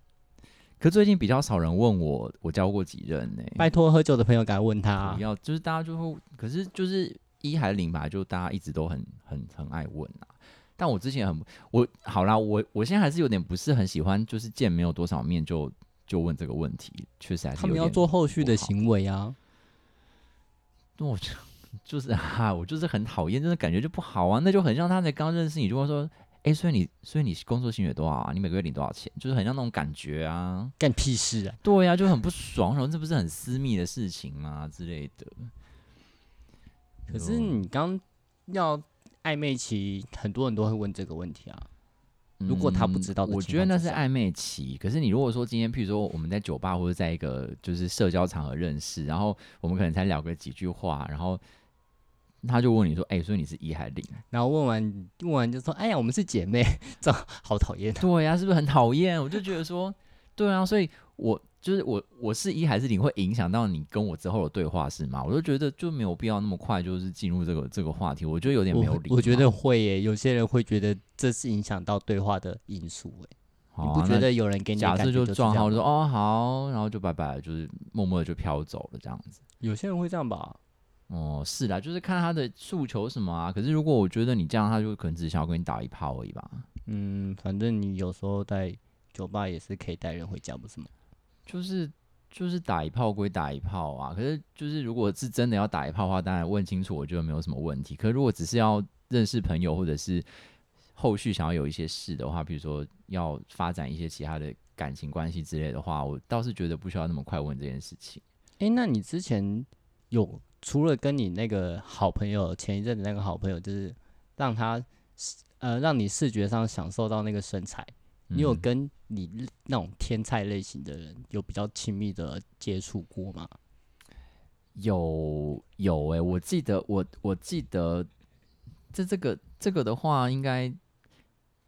Speaker 2: 可最近比较少人问我，我交过几任呢、
Speaker 1: 拜托喝酒的朋友赶快问他啊
Speaker 2: 不。要，就是大家就会，可是就是一还是零吧，就大家一直都很很很爱问啊。但我之前很我好啦，我我现在还是有点不是很喜欢，就是见没有多少面就就问这个问题，确实还是
Speaker 1: 他们
Speaker 2: 有
Speaker 1: 要
Speaker 2: 点
Speaker 1: 做后续的
Speaker 2: 不好
Speaker 1: 行为啊。
Speaker 2: 那我就就是 啊，我就是很讨厌，真的感觉就不好啊，那就很像他才刚认识你，就会说，哎、所以你所以你工作薪水多少啊？你每个月领多少钱？就是很像那种感觉啊。
Speaker 1: 干屁事啊！
Speaker 2: 对呀、就很 不爽，然后这不是很私密的事情吗之类的。哦
Speaker 1: 可是
Speaker 2: 就
Speaker 1: 你刚要暧昧期，很多人都会问这个问题啊。如果他不知道的
Speaker 2: 嗯我
Speaker 1: 情
Speaker 2: 觉得
Speaker 1: 况
Speaker 2: 那
Speaker 1: 之
Speaker 2: 是
Speaker 1: 下
Speaker 2: 暧昧期。可是你如果说今天，譬如说我们在酒吧或者在一个就是社交场合认识，然后我们可能才聊个几句话，然后他就问你说：“哎、所以你是一还是零
Speaker 1: 然后问完问完就说：“哎呀，我们是姐妹。”这样好讨厌？”。啊
Speaker 2: 对啊呀、是不是很讨厌？我就觉得说， 对啊，所以我就是我我是一还是零，会影响到你跟我之后的对话是吗？我就觉得就没有必要那么快就是进入这个这个话题，我觉得有点没有
Speaker 1: 我
Speaker 2: 礼貌。
Speaker 1: 我觉得会耶，有些人会觉得这是影响到对话的因素耶。
Speaker 2: 好
Speaker 1: 你
Speaker 2: 啊、
Speaker 1: 不觉
Speaker 2: 那
Speaker 1: 得有人给你的
Speaker 2: 假
Speaker 1: 感
Speaker 2: 设
Speaker 1: 觉
Speaker 2: 就
Speaker 1: 就是
Speaker 2: 撞
Speaker 1: 这
Speaker 2: 号
Speaker 1: 样
Speaker 2: 就说
Speaker 1: 吗，
Speaker 2: 哦好，然后就拜拜，就是默默的就飘走了这样子。
Speaker 1: 有些人会这样吧？
Speaker 2: 哦，是啦，就是看他的诉求什么啊。可是如果我觉得你这样，他就可能只想要跟你打一炮而已吧。
Speaker 1: 嗯，反正你有时候在酒吧也是可以带人回家，不是吗？
Speaker 2: 就是就是打一炮归打一炮啊，可是就是如果是真的要打一炮的话，当然问清楚，我觉得没有什么问题。可是如果只是要认识朋友，或者是后续想要有一些事的话，比如说要发展一些其他的感情关系之类的话，我倒是觉得不需要那么快问这件事情。
Speaker 1: 诶，那你之前有除了跟你那个好朋友，前一阵子那个好朋友，就是让他视呃让你视觉上享受到那个身材，你有
Speaker 2: 嗯
Speaker 1: 跟你那种天菜类型的人有比较亲密的接触过吗？
Speaker 2: 有有哎、我记得我我记得，这这个这个的话，应该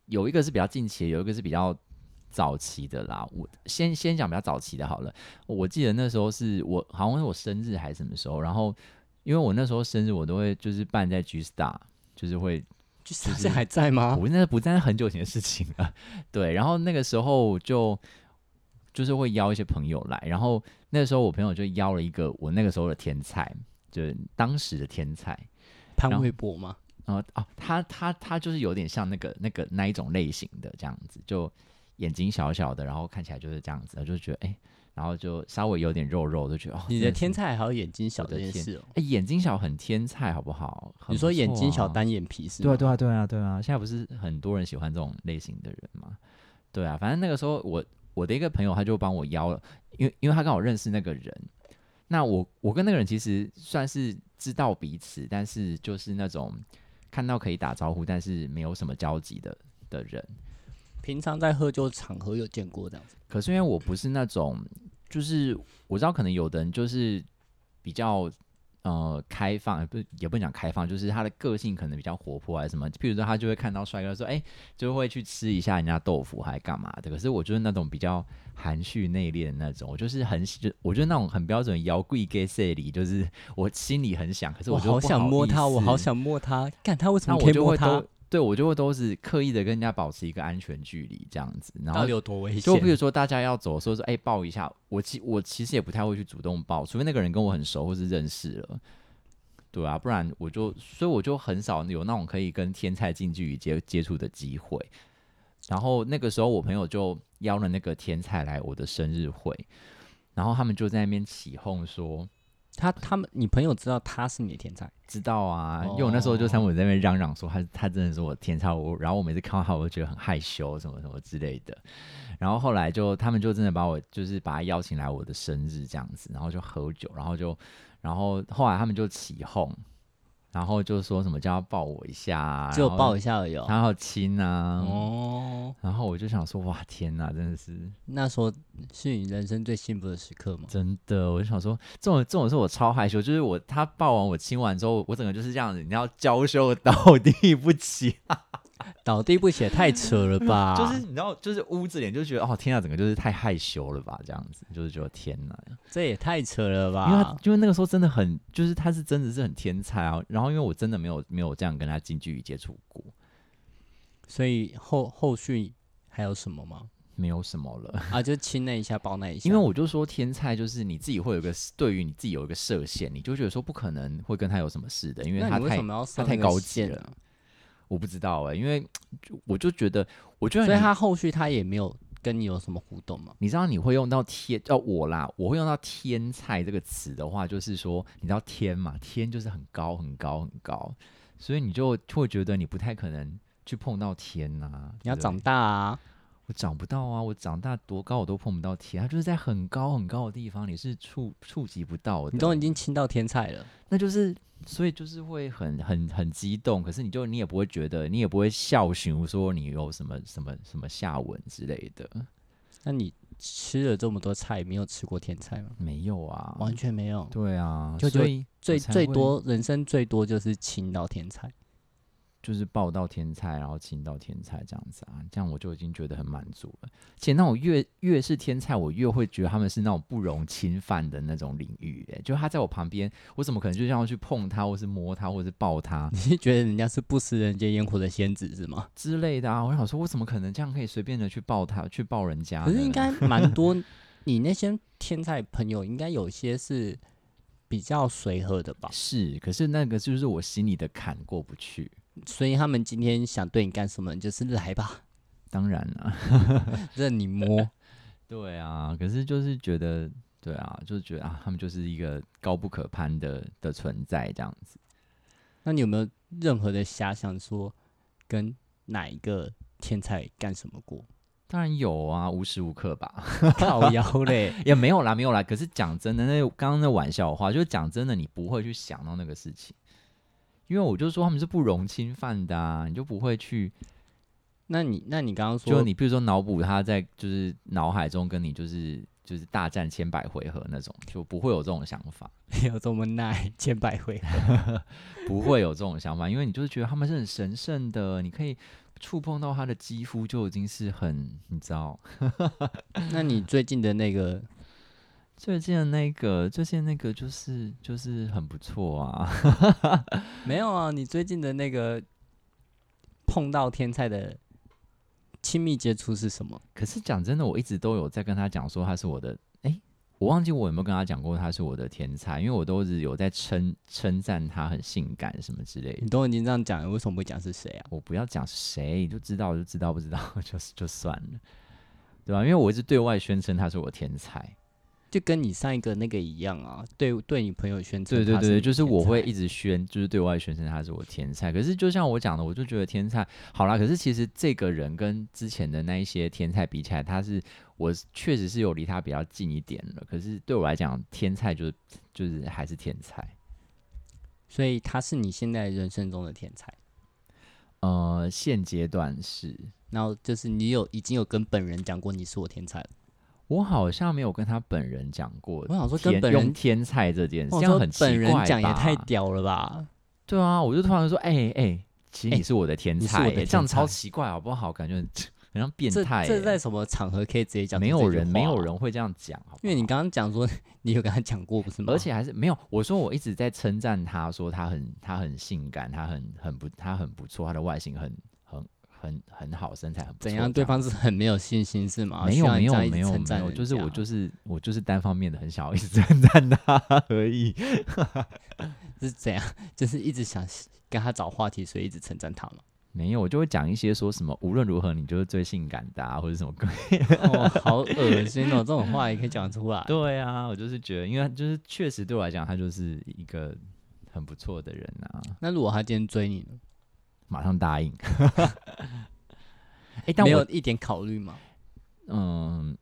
Speaker 2: 有一个是比较近期的，有一个是比较早期的啦。我先先讲比较早期的好了。我记得那时候是我好像是我生日还是什么时候，然后因为我那时候生日，我都会就是办在 G Star，就是会
Speaker 1: 就是他
Speaker 2: 是
Speaker 1: 现在还在吗？
Speaker 2: 不，那不在很久以前的事情了。对，然后那个时候就就是会邀一些朋友来，然后那时候我朋友就邀了一个我那个时候的天才，就是当时的天才。
Speaker 1: 潘
Speaker 2: 然后
Speaker 1: 玮柏吗？
Speaker 2: 然后啊，他他他就是有点像那个那个那一种类型的这样子，就眼睛小小的，然后看起来就是这样子，我就觉得哎、然后就稍微有点肉肉，就觉得哦，
Speaker 1: 你
Speaker 2: 真
Speaker 1: 的
Speaker 2: 是
Speaker 1: 天才还有眼睛小
Speaker 2: 我
Speaker 1: 这
Speaker 2: 的
Speaker 1: 件
Speaker 2: 天
Speaker 1: 事哦、
Speaker 2: 哎、眼睛小很天才好不好？很
Speaker 1: 你
Speaker 2: 不
Speaker 1: 说眼
Speaker 2: 错
Speaker 1: 睛小
Speaker 2: 啊
Speaker 1: 单眼皮是
Speaker 2: 对
Speaker 1: 吗？
Speaker 2: 啊，对啊，对啊，对啊！现在不是很多人喜欢这种类型的人嘛？对啊，反正那个时候我我的一个朋友他就帮我邀了，因为因为他刚好认识那个人，那我我跟那个人其实算是知道彼此，但是就是那种看到可以打招呼，但是没有什么交集的的人。
Speaker 1: 平常在喝酒场合有见过这样子。
Speaker 2: 可是因为我不是那种，就是我知道可能有的人就是比较呃开放，不也不能讲开放，就是他的个性可能比较活泼还是什么。譬如说他就会看到帅哥说，哎、就会去吃一下人家豆腐还干嘛的。可是我就是那种比较含蓄内敛的那种，我就是很就我就是那种很标准摇柜 gay 塞里，就是我心里很想，可是
Speaker 1: 我
Speaker 2: 我就
Speaker 1: 好
Speaker 2: 不
Speaker 1: 想摸
Speaker 2: 意
Speaker 1: 他，我好
Speaker 2: 思
Speaker 1: 想摸他，看他为什
Speaker 2: 那
Speaker 1: 么
Speaker 2: 我
Speaker 1: 可以
Speaker 2: 就
Speaker 1: 摸
Speaker 2: 会
Speaker 1: 他
Speaker 2: 都？对我就会都是刻意的跟人家保持一个安全距离这样子，然后
Speaker 1: 到底有多危
Speaker 2: 就
Speaker 1: 险？
Speaker 2: 比如说大家要走的时候说，哎、抱一下。我其我其实也不太会去主动抱，除非那个人跟我很熟或是认识了，对啊，不然我就所以我就很少有那种可以跟天才近距离接接触的机会。然后那个时候我朋友就邀了那个天才来我的生日会，然后他们就在那边起哄说。
Speaker 1: 他他们，你朋友知道他是你的天才，
Speaker 2: 知道啊，
Speaker 1: 哦
Speaker 2: 因为我那时候就三五在那边嚷嚷说他他真的是我的天才，我然后我每次看到他我就觉得很害羞什么什么之类的，然后后来就他们就真的把我就是把他邀请来我的生日这样子，然后就喝酒，然后就然后后来他们就起哄，然后就说什么叫他抱我一下、啊，
Speaker 1: 只有抱一
Speaker 2: 下，
Speaker 1: 下而已哦。
Speaker 2: 然后亲啊，
Speaker 1: 哦，
Speaker 2: 然后我就想说哇天哪，真的是
Speaker 1: 那时候是你人生最幸福的时刻吗？
Speaker 2: 真的，我就想说，这种这种是我超害羞，就是我他抱完我亲完之后，我整个就是这样子，你要娇羞到地不起，
Speaker 1: 倒地不起也太扯了吧！
Speaker 2: 就是你知道，就是捂着脸就觉得哦天啊，整个就是太害羞了吧，这样子就是觉得天哪，
Speaker 1: 这也太扯了
Speaker 2: 因为他
Speaker 1: 吧！
Speaker 2: 因为那个时候真的很，就是他是真的是很天才啊，然后因为我真的没有没有这样跟他近距离接触过，
Speaker 1: 所以后后续还有什么吗？
Speaker 2: 没有什么 了。
Speaker 1: 啊，就亲那一下，抱那一下。
Speaker 2: 因为我就说天菜就是你自己会有一个对于你自己有一个设限，你就觉得说不可能会跟他有什么事的，因为
Speaker 1: 那
Speaker 2: 他
Speaker 1: 你为
Speaker 2: 太
Speaker 1: 什么要
Speaker 2: 他
Speaker 1: 上
Speaker 2: 太
Speaker 1: 那个
Speaker 2: 高级
Speaker 1: 线啊
Speaker 2: 了
Speaker 1: 呢？
Speaker 2: 我不知道哎、因为就我就觉得我觉得
Speaker 1: 所以
Speaker 2: 你
Speaker 1: 他后续他也没有跟你有什么互动吗？
Speaker 2: 你知道你会用到天哦，我啦，我会用到天菜这个词的话，就是说，你知道天嘛，天就是很高很高很高，所以你就会觉得你不太可能去碰到天呐、
Speaker 1: 你要
Speaker 2: 对不对
Speaker 1: 长大啊！
Speaker 2: 我找不到啊，我长大多高我都碰不到铁，它就是在很高很高的地方，你是触触及不到的。
Speaker 1: 你都已经亲到天菜了，
Speaker 2: 那就是，所以就是会很很很激动，可是你就你也不会觉得，你也不会笑寻说你有什么什么什么下文之类的，
Speaker 1: 那你吃了这么多菜，没有吃过天菜吗？
Speaker 2: 没有啊，
Speaker 1: 完全没有，
Speaker 2: 对啊，
Speaker 1: 就
Speaker 2: 所以
Speaker 1: 最
Speaker 2: 才
Speaker 1: 最
Speaker 2: 会
Speaker 1: 多人生最多就是亲到天菜。
Speaker 2: 就是抱到天才，然后亲到天才这样子啊，这样我就已经觉得很满足了。而且那种越越是天才，我越会觉得他们是那种不容侵犯的那种领域、欸，就他在我旁边，我怎么可能就这样去碰他，或是摸他，或是抱他
Speaker 1: 你是觉得人家是不食人间烟火的仙子是吗？
Speaker 2: 之类的啊？我想说，我怎么可能这样可以随便的去抱他，去抱人家呢？
Speaker 1: 可是应 该蛮多，你那些天菜朋友应该有些是比较随和的吧？
Speaker 2: 是，可是那个就是我心里的坎过不去。
Speaker 1: 所以他们今天想对你干什么，你就是来吧，
Speaker 2: 当然了、
Speaker 1: 任你 摸。
Speaker 2: 对啊，可是就是觉得，对啊，就是觉得啊，他们就是一个高不可攀的的存在这样子。
Speaker 1: 那你有没有任何的遐想说跟哪一个天才干什么 过？
Speaker 2: 当然有啊，无时无刻吧，
Speaker 1: 靠腰嘞，
Speaker 2: 也没有啦，没有啦。可是讲真的，那刚刚那玩笑话，就是讲真的，你不会去想到那个事情，因为我就说他们是不容侵犯的啊，你就不会去，
Speaker 1: 那你那你刚刚
Speaker 2: 就
Speaker 1: 说
Speaker 2: 你比如说脑补他在就是脑海中跟你就是就是大战千百回合那种，就不会有这种想法，
Speaker 1: 没 有这么耐，千百回，
Speaker 2: 不会有这种想法，因为你就是觉得他们是很神圣的，你可以触碰到他的肌肤就已经是很，你知道，
Speaker 1: 那你最近的那个
Speaker 2: 最近的那个最近那个就是就是很不错啊。
Speaker 1: 没有啊？你最近的那个碰到天才的亲密接触是什么？
Speaker 2: 可是讲真的，我一直都有在跟他讲说他是我的，哎、我忘记我有没有跟他讲过他是我的天才，因为我都是有在称称赞他很性感什么之类的
Speaker 1: 你。都已经这样讲了，为什么不讲是谁啊？
Speaker 2: 我不要讲是谁，就知道就知道，不知道 就是就算了，对吧、因为我一直对外宣称他是我的天才，
Speaker 1: 就跟你上一个那个一样啊，对对，你朋友宣称
Speaker 2: 对对
Speaker 1: 他
Speaker 2: 对，
Speaker 1: 你
Speaker 2: 就是
Speaker 1: 天
Speaker 2: 我会
Speaker 1: 才
Speaker 2: 一直宣，就是对外宣称他是我天才。可是就像我讲的，我就觉得天才好啦。可是其实这个人跟之前的那一些天才比起来，他是我确实是有离他比较近一点了。可是对我来讲，天才就是就是还是天才。
Speaker 1: 所以他是你现在人生中的天才。
Speaker 2: 呃，现阶段是
Speaker 1: 然后就是你有已经有跟本人讲过你是我天才了，
Speaker 2: 我好像没有跟他本人讲过
Speaker 1: 我
Speaker 2: 天。
Speaker 1: 想说跟本
Speaker 2: 用
Speaker 1: 人，
Speaker 2: 天才这件事，
Speaker 1: 我
Speaker 2: 这
Speaker 1: 想
Speaker 2: 样
Speaker 1: 说
Speaker 2: 很奇怪
Speaker 1: 本人讲也
Speaker 2: 吧
Speaker 1: 太屌了吧？
Speaker 2: 对啊，我就突然说，哎、哎、其实你
Speaker 1: 哎
Speaker 2: 是我的天
Speaker 1: 你是
Speaker 2: 才、
Speaker 1: 我的
Speaker 2: 哎这样
Speaker 1: 天
Speaker 2: 超
Speaker 1: 才
Speaker 2: 奇怪好不好？感觉很 很像变
Speaker 1: 这
Speaker 2: 态、
Speaker 1: 这
Speaker 2: 哎
Speaker 1: 在什么场合可以直接讲出
Speaker 2: 没
Speaker 1: 这句话啊？
Speaker 2: 有人，没有人会这样讲，好不好
Speaker 1: 因为你刚刚讲说 你有跟他讲过，不是吗？
Speaker 2: 而且还是没有。我说我一直在称赞他，说他很他很性感，他很很不他很不错，他的外形很很很很好，身材很不错。
Speaker 1: 怎样，
Speaker 2: 这
Speaker 1: 对方是很没有信心是吗？
Speaker 2: 没
Speaker 1: 需
Speaker 2: 有
Speaker 1: 要
Speaker 2: 没
Speaker 1: 你
Speaker 2: 有
Speaker 1: 这样一直
Speaker 2: 没有
Speaker 1: 称
Speaker 2: 没
Speaker 1: 赞
Speaker 2: 有，
Speaker 1: 人
Speaker 2: 就是
Speaker 1: 家
Speaker 2: 我就是我就是单方面的很想要一直 称赞他而已。
Speaker 1: 是怎样， 就是一直想跟他找话题，所以一直称赞他 嘛。
Speaker 2: 没有，我就会讲一些说什么无论如何你就是最性感的啊，或者什么鬼。
Speaker 1: 哦，好恶心哦，这种话也可以讲出来。
Speaker 2: 对啊，我就是觉得，因为就是确实对我来讲，他就是一个很不错的人啊。
Speaker 1: 那如果他今天追你呢？
Speaker 2: 马上答应。 哎、但
Speaker 1: 没
Speaker 2: 我
Speaker 1: 有一点考虑吗？
Speaker 2: 嗯，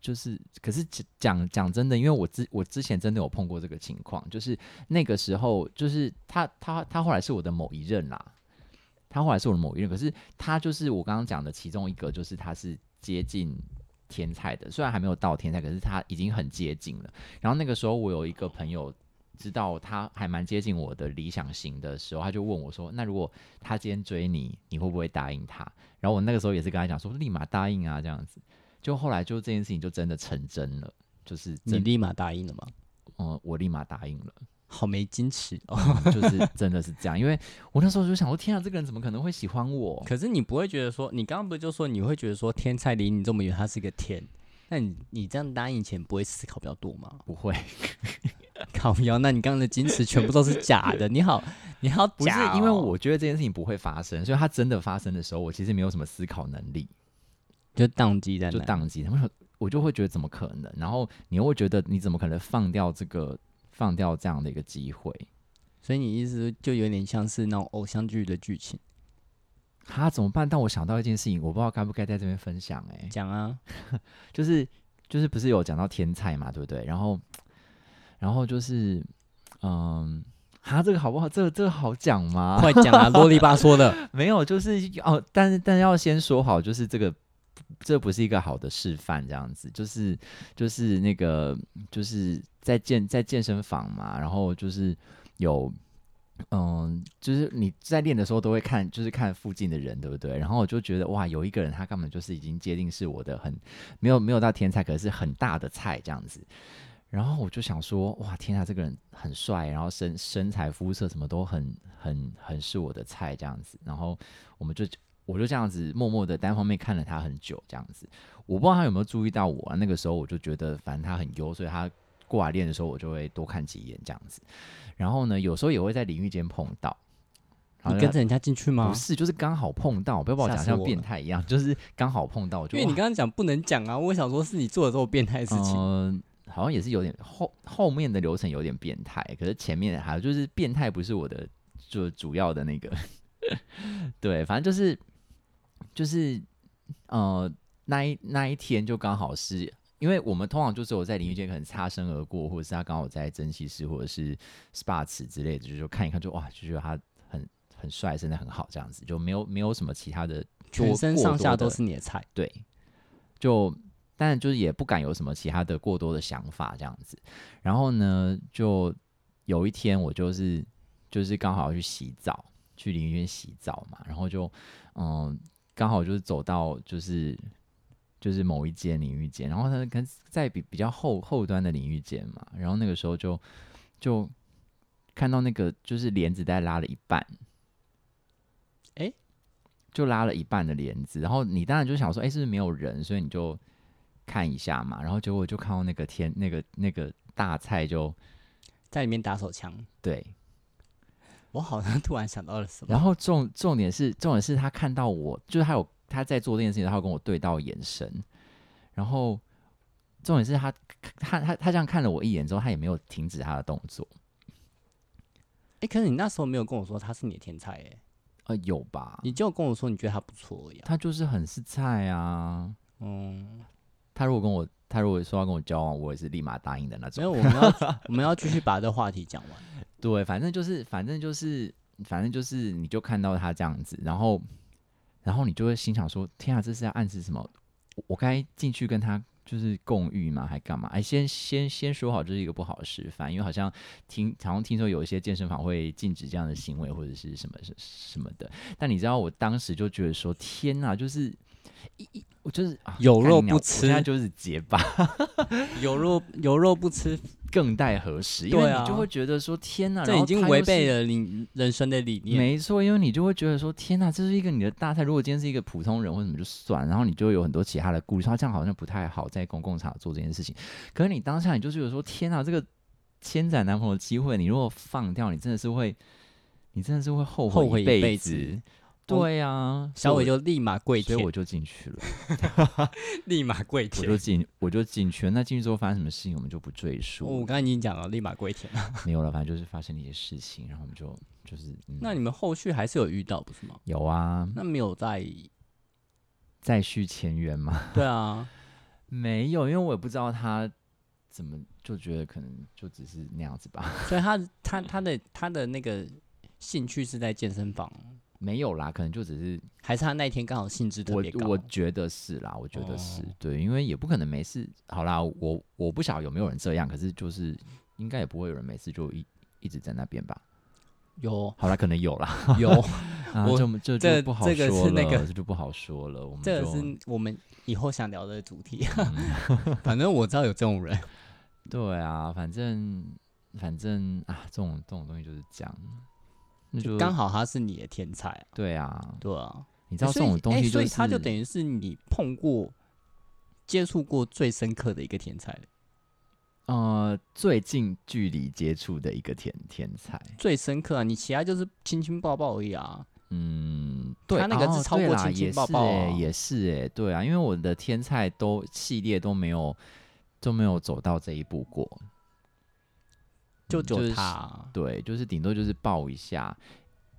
Speaker 2: 就是，可是讲讲讲真的，因为我之我之前真的有碰过这个情况，就是那个时候，就是他他他后来是我的某一任啦，他后来是我的某一任，可是他就是我刚刚讲的其中一个，就是他是接近天才的，虽然还没有到天才，可是他已经很接近了。然后那个时候我有一个朋友。知道他还蛮接近我的理想型的时候，他就问我说：“那如果他今天追你，你会不会答应他？”然后我那个时候也是跟他讲说：“立马答应啊，这样子。”就后来就这件事情就真的成真了，就是
Speaker 1: 你
Speaker 2: 真
Speaker 1: 立马答应了吗？
Speaker 2: 嗯，我立马答应了，
Speaker 1: 好没矜持哦。
Speaker 2: 嗯就是真的是这样，因为我那时候就想说，天啊，这个人怎么可能会喜欢我？
Speaker 1: 哦可是你不会觉得说，你刚刚不是就说你会觉得说天才离你这么远，他是个天？那你你这样答应前不会思考比较多吗？
Speaker 2: 不会，
Speaker 1: 靠腰，那你刚刚的矜持全部都是假的。你好，你好假哦、
Speaker 2: 不是因为我觉得这件事情不会发生，所以他真的发生的时候，我其实没有什么思考能力，
Speaker 1: 就宕机在
Speaker 2: 就
Speaker 1: 那，
Speaker 2: 宕机。他们我就会觉得怎么可能？然后你又会觉得你怎么可能放掉这个放掉这样的一个机会？
Speaker 1: 所以你意思就有点像是那种偶像剧的剧情，
Speaker 2: 哈，怎么办？但我想到一件事情，我不知道该不该在这边分享、欸。哎，
Speaker 1: 讲啊，
Speaker 2: 就是就是不是有讲到天菜嘛，对不对？然后然后就是嗯，哈，这个好不好？这个这个好讲吗？
Speaker 1: 快讲 啊，啰里吧嗦的。
Speaker 2: 没有，就是哦，但是但要先说好，就是这个这不是一个好的示范，这样子，就是就是那个就是在健在健身房嘛，然后就是有。嗯，就是你在练的时候都会看，就是看附近的人，对不对？然后我就觉得哇，有一个人他根本就是已经界定是我的很没有没有到天才，可是很大的菜这样子。然后我就想说，哇，天啊，这个人很帅，然后身身材、肤色什么都很很很是我的菜这样子。然后我们就我就这样子默默的单方面看了他很久这样子。我不知道他有没有注意到我啊？那个时候我就觉得，反正他很优，所以他过来练的时候，我就会多看几眼这样子。然后呢，有时候也会在淋浴间碰到。然后
Speaker 1: 你
Speaker 2: 就
Speaker 1: 跟着人家进去吗
Speaker 2: 不？是，就是刚好碰到，不要把我
Speaker 1: 吓
Speaker 2: 讲
Speaker 1: 死
Speaker 2: 像
Speaker 1: 我
Speaker 2: 变
Speaker 1: 了
Speaker 2: 态一样，就是刚好碰到，我就
Speaker 1: 因为你
Speaker 2: 哇
Speaker 1: 刚刚讲不能讲啊，我想说是你做的这么变态的事情。
Speaker 2: 嗯、好像也是有点后后面的流程有点变态，可是前面还有就是变态不是我的就主要的那个， 对，反正就是就是呃那一那一天就刚好是。因为我们通常就只有在淋浴间可能擦身而过，或者是他刚好在蒸汽室或者是 SPA 池之类的，就就看一看就哇，就觉得他很很帅，身材很好这样子，就没有没有什么其他的多
Speaker 1: 全身
Speaker 2: 过
Speaker 1: 上
Speaker 2: 多
Speaker 1: 下
Speaker 2: 的
Speaker 1: 都是你的菜，
Speaker 2: 对，就但就是也不敢有什么其他的过多的想法这样子。然后呢，就有一天我就是就是刚好要去洗澡，去淋浴间洗澡嘛，然后就嗯刚好就是走到就是。就是某一间淋浴间，然后呢，可能在比比较后后端的淋浴间嘛，然后那个时候就就看到那个就是帘子大概拉了一半，
Speaker 1: 诶
Speaker 2: 就拉了一半的帘子，然后你当然就想说，哎、是不是没有人？所以你就看一下嘛，然后结果就看到那个天那个那个大菜就
Speaker 1: 在里面打手枪。
Speaker 2: 对，
Speaker 1: 我好像突然想到了什 么，
Speaker 2: 然后重重点是重点是他看到我，就是他有他在做这件事情，他有跟我对到眼神，然后重点是他他他他这样看了我一眼之后，他也没有停止他的动作，
Speaker 1: 哎、可是你那时候没有跟我说他是你的天才、哎，
Speaker 2: 呃，有吧？
Speaker 1: 你就跟我说你觉得他不错呀、
Speaker 2: 他就是很是菜啊，
Speaker 1: 嗯，
Speaker 2: 他如果跟我他如果说要跟我交往，我也是立马答应的那种
Speaker 1: 没。有，我们 要我们要继续把这话题讲完。
Speaker 2: 对，反正就是，反正就是，反正就是，你就看到他这样子，然后，然后你就会心想说：“天啊，这是在暗示什么？我我该进去跟他就是共浴吗？还干嘛？”哎，先先先说好，这是一个不好的示范，因为好像听好像听说有一些健身房会禁止这样的行为或者是什么什什么的。但你知道，我当时就觉得说：“天啊，就是一一，我就是、啊、
Speaker 1: 有
Speaker 2: 干
Speaker 1: 肉
Speaker 2: 你
Speaker 1: 不
Speaker 2: 娘我现在
Speaker 1: 吃
Speaker 2: 就是结巴。”
Speaker 1: 有肉有肉不吃，
Speaker 2: 更待何时？因为
Speaker 1: 对啊
Speaker 2: 你就会觉得说：“天呐，
Speaker 1: 这
Speaker 2: 然后
Speaker 1: 已经
Speaker 2: 他又
Speaker 1: 违
Speaker 2: 是
Speaker 1: 背了你人生的理念。
Speaker 2: 没错，因为你就会觉得说，天呐，这是一个你的大菜。如果今天是一个普通人或什么就算，然后你就会有很多其他的顾虑，说这样好像不太好，在公共场合做这件事情。可是你当下你就觉得说，天呐，这个千载难逢的机会，你如果放掉，你真的是会，你真的是会后
Speaker 1: 后
Speaker 2: 悔
Speaker 1: 悔一
Speaker 2: 辈
Speaker 1: 辈
Speaker 2: 子。
Speaker 1: 子
Speaker 2: 对呀、啊，
Speaker 1: 小
Speaker 2: 所
Speaker 1: 伟
Speaker 2: 以
Speaker 1: 就立马跪
Speaker 2: 我所以
Speaker 1: 舔，
Speaker 2: 我就进去了，
Speaker 1: 立马跪
Speaker 2: 我
Speaker 1: 舔
Speaker 2: 就。进，我就进去了。那进去之后发生什么事情，我们就不赘述，
Speaker 1: 哦我刚才已经讲了， 立马跪舔。
Speaker 2: 没有了。反正就是发生了一些事情，然后我们就就是，嗯、
Speaker 1: 那你们后续还是有遇到不是吗？
Speaker 2: 有啊，
Speaker 1: 那没有在，
Speaker 2: 再续前缘吗？
Speaker 1: 对啊，
Speaker 2: 没有，因为我也不知道他怎么就觉得可能就只是那样子吧。
Speaker 1: 所以他他他的他的那个兴趣是在健身房，
Speaker 2: 没有啦，可能就只是
Speaker 1: 还是他那一天刚好兴致特
Speaker 2: 我
Speaker 1: 别高？
Speaker 2: 我觉得是啦，我觉得是、
Speaker 1: 哦
Speaker 2: 对，因为也不可能没事。好啦，我我不晓得有没有人这样，可是就是应该也不会有人没事就一一直在那边吧。
Speaker 1: 有
Speaker 2: 好啦，可能有啦，
Speaker 1: 有，
Speaker 2: 啊，
Speaker 1: 我
Speaker 2: 这么 这
Speaker 1: 这
Speaker 2: 就不好
Speaker 1: 这个
Speaker 2: 说
Speaker 1: 是
Speaker 2: 了，
Speaker 1: 那个
Speaker 2: 这就不好说了。我们
Speaker 1: 这
Speaker 2: 就是
Speaker 1: 我们以后想聊的主题。
Speaker 2: 嗯
Speaker 1: 啊 反正我知道有这种人，
Speaker 2: 对啊，反正反正啊，这种这种东西就是这样，那就
Speaker 1: 刚好他是你的天才啊，
Speaker 2: 对啊。
Speaker 1: 对啊。
Speaker 2: 你知道
Speaker 1: 欸
Speaker 2: 这
Speaker 1: 所以
Speaker 2: 种东
Speaker 1: 欸
Speaker 2: 西
Speaker 1: 所以
Speaker 2: 是，
Speaker 1: 他就等于是你碰过、接触过最深刻的一个天才了，
Speaker 2: 呃，最近距离接触的一个天天才，
Speaker 1: 最深刻啊！你其他就是亲亲抱抱而已啊。
Speaker 2: 嗯，对，
Speaker 1: 他那个
Speaker 2: 哦
Speaker 1: 是超
Speaker 2: 对
Speaker 1: 过
Speaker 2: 啦
Speaker 1: 亲亲
Speaker 2: 也
Speaker 1: 抱
Speaker 2: 是
Speaker 1: 抱
Speaker 2: 欸
Speaker 1: 啊
Speaker 2: 也是哎、对啊，因为我的天菜都系列都没有都没有走到这一步过，
Speaker 1: 就
Speaker 2: 嗯
Speaker 1: 只有
Speaker 2: 是
Speaker 1: 他啊、
Speaker 2: 对，就是顶多就是抱一下，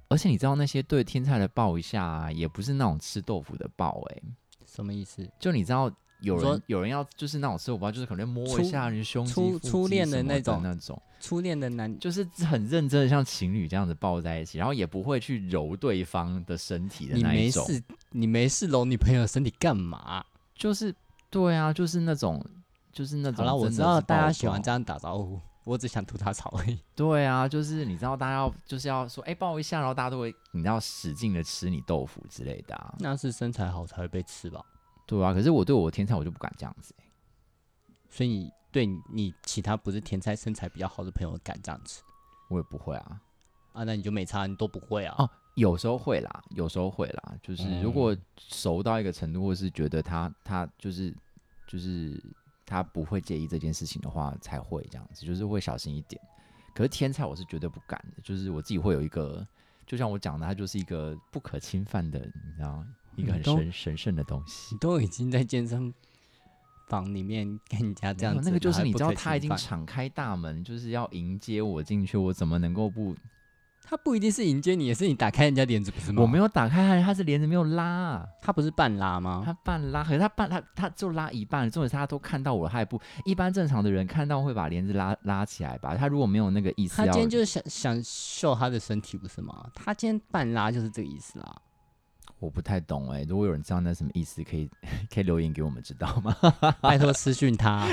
Speaker 2: 而且你知道那些对天菜的抱一下、啊，也不是那种吃豆腐的抱、欸，哎，
Speaker 1: 什么意思？
Speaker 2: 就你知道有
Speaker 1: 你说
Speaker 2: 人有人要就是那种吃我不知道，就是可能摸一下你胸肌、
Speaker 1: 初
Speaker 2: 腹肌
Speaker 1: 初恋的
Speaker 2: 什么
Speaker 1: 那
Speaker 2: 的
Speaker 1: 种
Speaker 2: 那种，
Speaker 1: 初恋的男
Speaker 2: 就是很认真的像情侣这样子抱在一起，然后也不会去揉对方的身体的
Speaker 1: 你
Speaker 2: 那
Speaker 1: 没
Speaker 2: 一种，
Speaker 1: 事，你没事揉女朋友的身体干嘛？
Speaker 2: 就是对啊，就是那种就是那
Speaker 1: 好
Speaker 2: 种。
Speaker 1: 了，我知道大家喜欢这样打招呼，我只想吐他槽 而已。
Speaker 2: 对啊，就是你知道，大家要就是要说，哎、抱一下，然后大家都会，你知道，使劲的吃你豆腐之类的、啊。
Speaker 1: 那是身材好才会被吃吧？
Speaker 2: 对啊，可是我对我的天才，我就不敢这样子、欸
Speaker 1: 所以你对你你其他不是甜菜身材比较好的朋友敢这样吃
Speaker 2: 我也不会啊。
Speaker 1: 啊？那你就没差，你都不会啊？
Speaker 2: 哦有时候会啦，有时候会啦，就是
Speaker 1: 嗯
Speaker 2: 如果熟到一个程度，或是觉得他他就是就是他不会介意这件事情的话，才会这样子，就是会小心一点。可是天才我是绝对不敢的，就是我自己会有一个，就像我讲的，它就是一个不可侵犯的，你知道，一个
Speaker 1: 你
Speaker 2: 很
Speaker 1: 都
Speaker 2: 神神圣的东西
Speaker 1: 你。都已经在健身房里面跟人家这
Speaker 2: 没
Speaker 1: 样
Speaker 2: 有
Speaker 1: 子，
Speaker 2: 那个就
Speaker 1: 然后
Speaker 2: 是
Speaker 1: 还
Speaker 2: 你
Speaker 1: 不
Speaker 2: 知道，
Speaker 1: 可
Speaker 2: 他
Speaker 1: 侵
Speaker 2: 已经
Speaker 1: 犯
Speaker 2: 敞开大门，就是要迎接我进去，我怎么能够不？
Speaker 1: 他不一定是迎接你，也是你打开人家帘子，不是吗？
Speaker 2: 我没，有打开它，它是帘子没有拉啊、
Speaker 1: 他不是半拉吗？
Speaker 2: 他半拉，可是他半他他就拉一半，重点是他都看到我了，他也不一般正常的人看到会把帘子拉拉起来吧？他如果没有那个意思
Speaker 1: 他
Speaker 2: 要
Speaker 1: 今，天就是想想秀他的身体，不是吗？他今天半拉就是这个意思 啦。
Speaker 2: 我不太懂哎、如果有人知道那什么意思，可以 可以留言给我们知道吗？
Speaker 1: 拜托私讯他，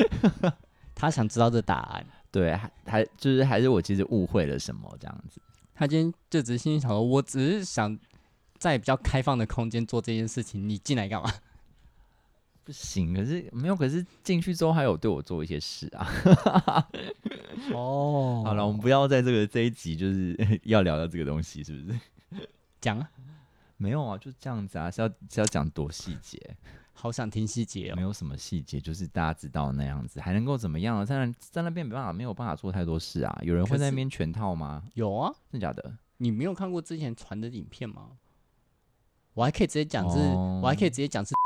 Speaker 1: 他想知道这答案。
Speaker 2: 对，还还就是还是我其实误会了什么这样子。
Speaker 1: 他今天就只是心里想说，我只是想在比较开放的空间做这件事情，你进来 干嘛？
Speaker 2: 不行，可是没有，可是进去之后还有对我做一些事啊。
Speaker 1: 哦
Speaker 2: 好了，我们不要在这个这一集就是 要聊到这个东西，是不是？
Speaker 1: 讲啊，
Speaker 2: 没有啊，就这样子啊，是要是要讲多细节。
Speaker 1: 好想听细节哦
Speaker 2: 没。有什么细节，就是大家知道那样子，还能够怎么样呢？在那在那边没办法，没有办法做太多事啊。有人
Speaker 1: 可
Speaker 2: 会在
Speaker 1: 是
Speaker 2: 那边全套吗？
Speaker 1: 有啊，
Speaker 2: 真的 假的？
Speaker 1: 你没有看过之前传的影片吗？我还可以直接讲是，
Speaker 2: 哦
Speaker 1: 我还可以直接讲是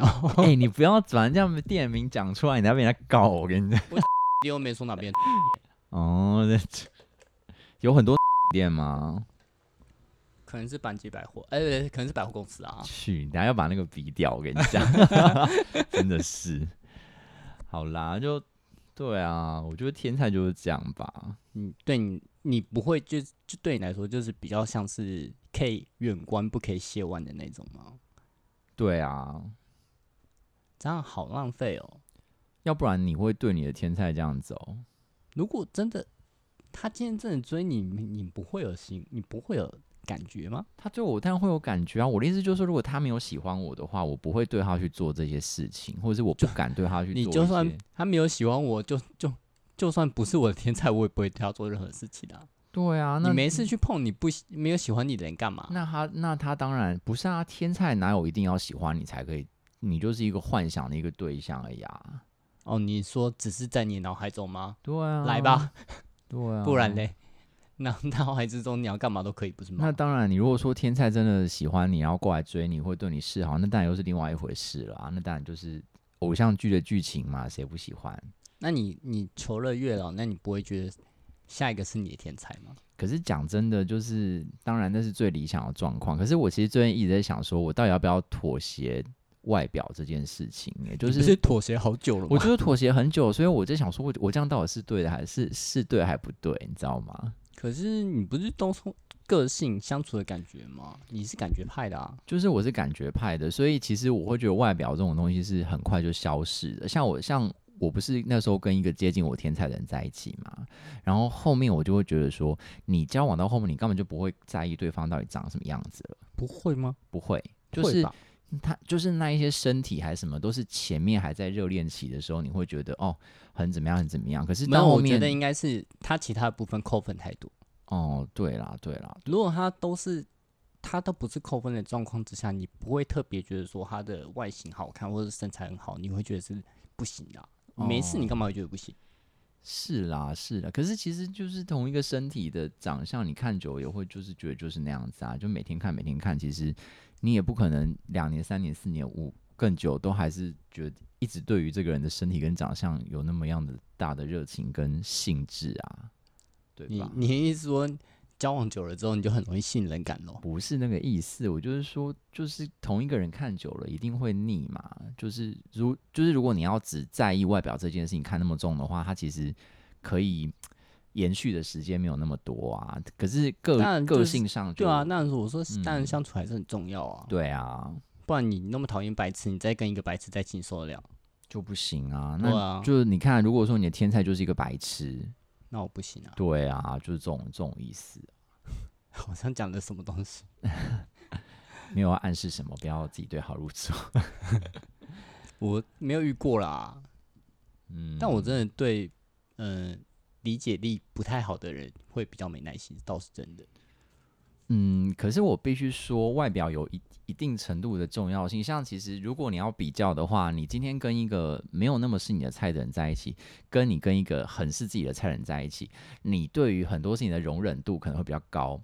Speaker 1: 哦
Speaker 2: 哎、你不要把人家店名讲出来，你要被人家告。我跟你讲，
Speaker 1: 又没说哪边。
Speaker 2: 哦，这有很多 店吗？
Speaker 1: 可能是板机百货，哎、不对可能是百货公司啊。
Speaker 2: 去，你等下要把那个逼掉。我跟你讲， 真的是。好啦，就对啊，我觉得天才就是这样吧。
Speaker 1: 嗯，对你，你不会就就对你来说，就是比较像是可以远观不可以亵玩的那种吗？
Speaker 2: 对啊，
Speaker 1: 这样好浪费哦。
Speaker 2: 要不然你会对你的天才这样子哦。
Speaker 1: 如果真的他今天真的追你，你你不会有心，你不会有感觉吗？
Speaker 2: 他对我当然会有感觉啊。我的意思就是说，如果他没有喜欢我的话，我不会对他去做这些事情，或者是我不敢对他去做
Speaker 1: 你就
Speaker 2: 一
Speaker 1: 算
Speaker 2: 些
Speaker 1: 他没有喜欢我，就就就算不是我的天才，我也不会对他做任何事情的啊、
Speaker 2: 对啊，
Speaker 1: 你
Speaker 2: 那
Speaker 1: 没事去碰你不喜没有喜欢你的人干嘛？
Speaker 2: 那他那他当然不是啊，天才哪有一定要喜欢你才可以？你就是一个幻想的一个对象而已啊。
Speaker 1: 哦，你说只是在你脑海中吗？
Speaker 2: 对啊，
Speaker 1: 来吧，，
Speaker 2: 对 啊，
Speaker 1: 不然。嘞，脑脑海之中你要干嘛都可以，不是吗
Speaker 2: 那？当然，你如果说天才真的喜欢你，然后过来追你，会对你示好，那当然又是另外一回事了啊。那当然就是偶像剧的剧情嘛，谁不喜欢？
Speaker 1: 那你你求了月老，那你不会觉得下一个是你的天才吗？
Speaker 2: 可是讲真的，就是当然那是最理想的状况。可是我其实最近一直在想，说我到底要不要妥协外表这件事情、也就
Speaker 1: 你不
Speaker 2: 是
Speaker 1: 妥协好久了
Speaker 2: 我
Speaker 1: 吗？
Speaker 2: 就是妥协很久，所以我在想说我，我这样到底是对的还是是对还不对，你知道吗？
Speaker 1: 可是你不是都说个性相处的感觉吗？你是感觉派的啊，
Speaker 2: 就是我是感觉派的，所以其实我会觉得外表这种东西是很快就消逝的。像我，像我不是那时候跟一个接近我天才的人在一起嘛，然后后面我就会觉得说，你交往到后面，你根本就不会在意对方到底长什么样子了，
Speaker 1: 不会吗？
Speaker 2: 不会，就
Speaker 1: 会
Speaker 2: 是
Speaker 1: 吧
Speaker 2: 他就是那一些身体还是什么，都是前面还在热恋期的时候，你会觉得哦很怎么样很怎么样，可是
Speaker 1: 没
Speaker 2: 到
Speaker 1: 有，
Speaker 2: 后
Speaker 1: 我觉
Speaker 2: 面
Speaker 1: 得应该是他其他的部分扣分太多。
Speaker 2: 哦对啦对啦，
Speaker 1: 如果他都是他都不是扣分的状况之下，你不会特别觉得说他的外形好看或者身材很好，你会觉得是不行的啊、没事，你
Speaker 2: 哦
Speaker 1: 干嘛会觉得不行？
Speaker 2: 是啦是啦，可是其实就是同一个身体的长相，你看久了也会就是觉得就是那样子啊，就每天看每天看，其实你也不可能两年三年四年五更久都还是觉得一直对于这个人的身体跟长相有那么样的大的热情跟兴致啊，对
Speaker 1: 你
Speaker 2: 吧？
Speaker 1: 你意思说交往久了之后，你就很容易信任感咯。
Speaker 2: 不是那个意思，我就是说，就是同一个人看久了一定会腻嘛。就是如就是如果你要只在意外表这件事情看那么重的话，它其实可以延续的时间没有那么多啊。可是个、
Speaker 1: 当然就
Speaker 2: 个
Speaker 1: 是
Speaker 2: 性上就
Speaker 1: 对啊，那我说
Speaker 2: 嗯，
Speaker 1: 当然相处还是很重要啊，
Speaker 2: 对啊
Speaker 1: 不然你那么讨厌白痴，你再跟一个白痴在一起，你受得了？
Speaker 2: 就不行啊。
Speaker 1: 对
Speaker 2: 那
Speaker 1: 啊，
Speaker 2: 就是你看，如果说你的天才就是一个白痴，
Speaker 1: 那我不行啊，
Speaker 2: 对啊，就是这种这种意思，
Speaker 1: 好像讲的什么东西。
Speaker 2: 没有要暗示什么，不要自己对号入座。
Speaker 1: 我没有遇过啦，
Speaker 2: 嗯，
Speaker 1: 但我真的对，嗯、理解力不太好的人会比较没耐心，倒是真的。
Speaker 2: 嗯，可是我必须说，外表有一一定程度的重要性。像其实，如果你要比较的话，你今天跟一个没有那么是你的菜的人在一起，跟你跟一个很是自己的菜的人在一起，你对于很多事情的容忍度可能会比较高。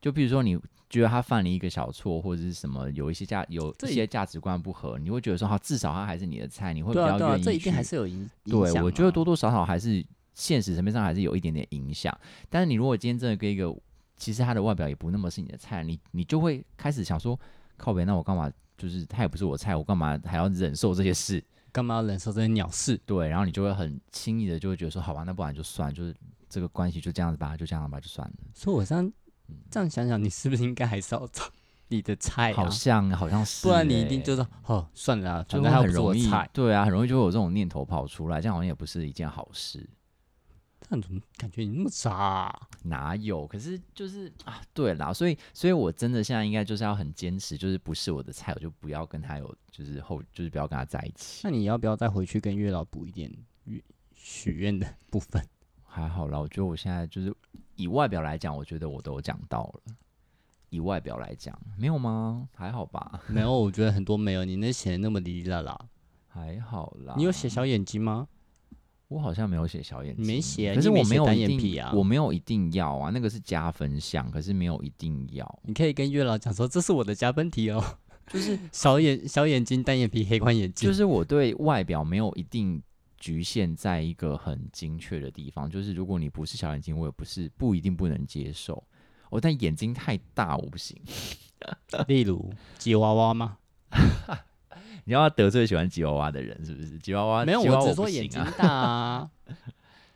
Speaker 2: 就比如说，你觉得他犯了一个小错，或者是什么，有一些价有
Speaker 1: 这
Speaker 2: 一
Speaker 1: 一
Speaker 2: 些价值观不合，你会觉得说，好，啊至少他还是你的菜，你会比
Speaker 1: 对啊，
Speaker 2: 较
Speaker 1: 对啊，
Speaker 2: 愿意
Speaker 1: 这一定
Speaker 2: 去
Speaker 1: 还是有影影响、啊
Speaker 2: 对，我觉得多，多少少还是现实层面上还是有一点点影响。但是你如果今天真的跟一个，其实他的外表也不那么是你的菜，你你就会开始想说，靠北，那我干嘛？就是他也不是我菜，我干嘛还要忍受这些事？
Speaker 1: 干嘛要忍受这些鸟事？
Speaker 2: 对，然后你就会很轻易的就会觉得说，好吧，那不然就算，就是这个关系就这样子吧，就这样吧，就算了。
Speaker 1: 所以我这样
Speaker 2: 嗯
Speaker 1: 这样想想，你是不是应该还是要找你的菜啊
Speaker 2: 好？像好像是欸、
Speaker 1: 不然你一定就是哦，算了啊，反
Speaker 2: 就会
Speaker 1: 正他又
Speaker 2: 很
Speaker 1: 不是我
Speaker 2: 容易
Speaker 1: 菜，，
Speaker 2: 对啊，很容易就会有这种念头跑出来，这样好像也不是一件好事。
Speaker 1: 但怎么感觉你那么渣、啊？
Speaker 2: 哪有？可是就是啊，对啦，所以所以我真的现在应该就是要很坚持，就是不是我的菜，我就不要跟他有就是后就是不要跟他在一起。
Speaker 1: 那你要不要再回去跟月老补一点愿许愿的部分？
Speaker 2: 还好啦，我觉得我现在就是以外表来讲，我觉得我都有讲到了。以外表来讲，没有吗？还好吧，
Speaker 1: 没有，我觉得很多没有，你那写的那么哩哩啦啦，
Speaker 2: 还好啦。
Speaker 1: 你有写？小眼睛吗？
Speaker 2: 我好像没有写小眼睛，
Speaker 1: 你没写啊
Speaker 2: 可是
Speaker 1: 你也
Speaker 2: 我
Speaker 1: 没写
Speaker 2: 没有
Speaker 1: 单
Speaker 2: 一
Speaker 1: 眼
Speaker 2: 定
Speaker 1: 皮啊
Speaker 2: 我没有一定要啊，那个是加分项，可是没有一定要。
Speaker 1: 你可以跟月老讲说，这是我的加分题哦， 就是小眼小眼睛、单眼皮、黑框眼镜，
Speaker 2: 就是我对外表没有一定局限在一个很精确的地方，就是如果你不是小眼睛，我也不是不一定不能接受。哦，但眼睛太大我不行。
Speaker 1: 例如吉娃娃吗？
Speaker 2: 你要得罪喜欢吉娃娃的人是不是？吉娃娃
Speaker 1: 没有，
Speaker 2: 啊吉娃娃
Speaker 1: 我只
Speaker 2: 不
Speaker 1: 说眼
Speaker 2: 行
Speaker 1: 睛
Speaker 2: 啊
Speaker 1: 大啊，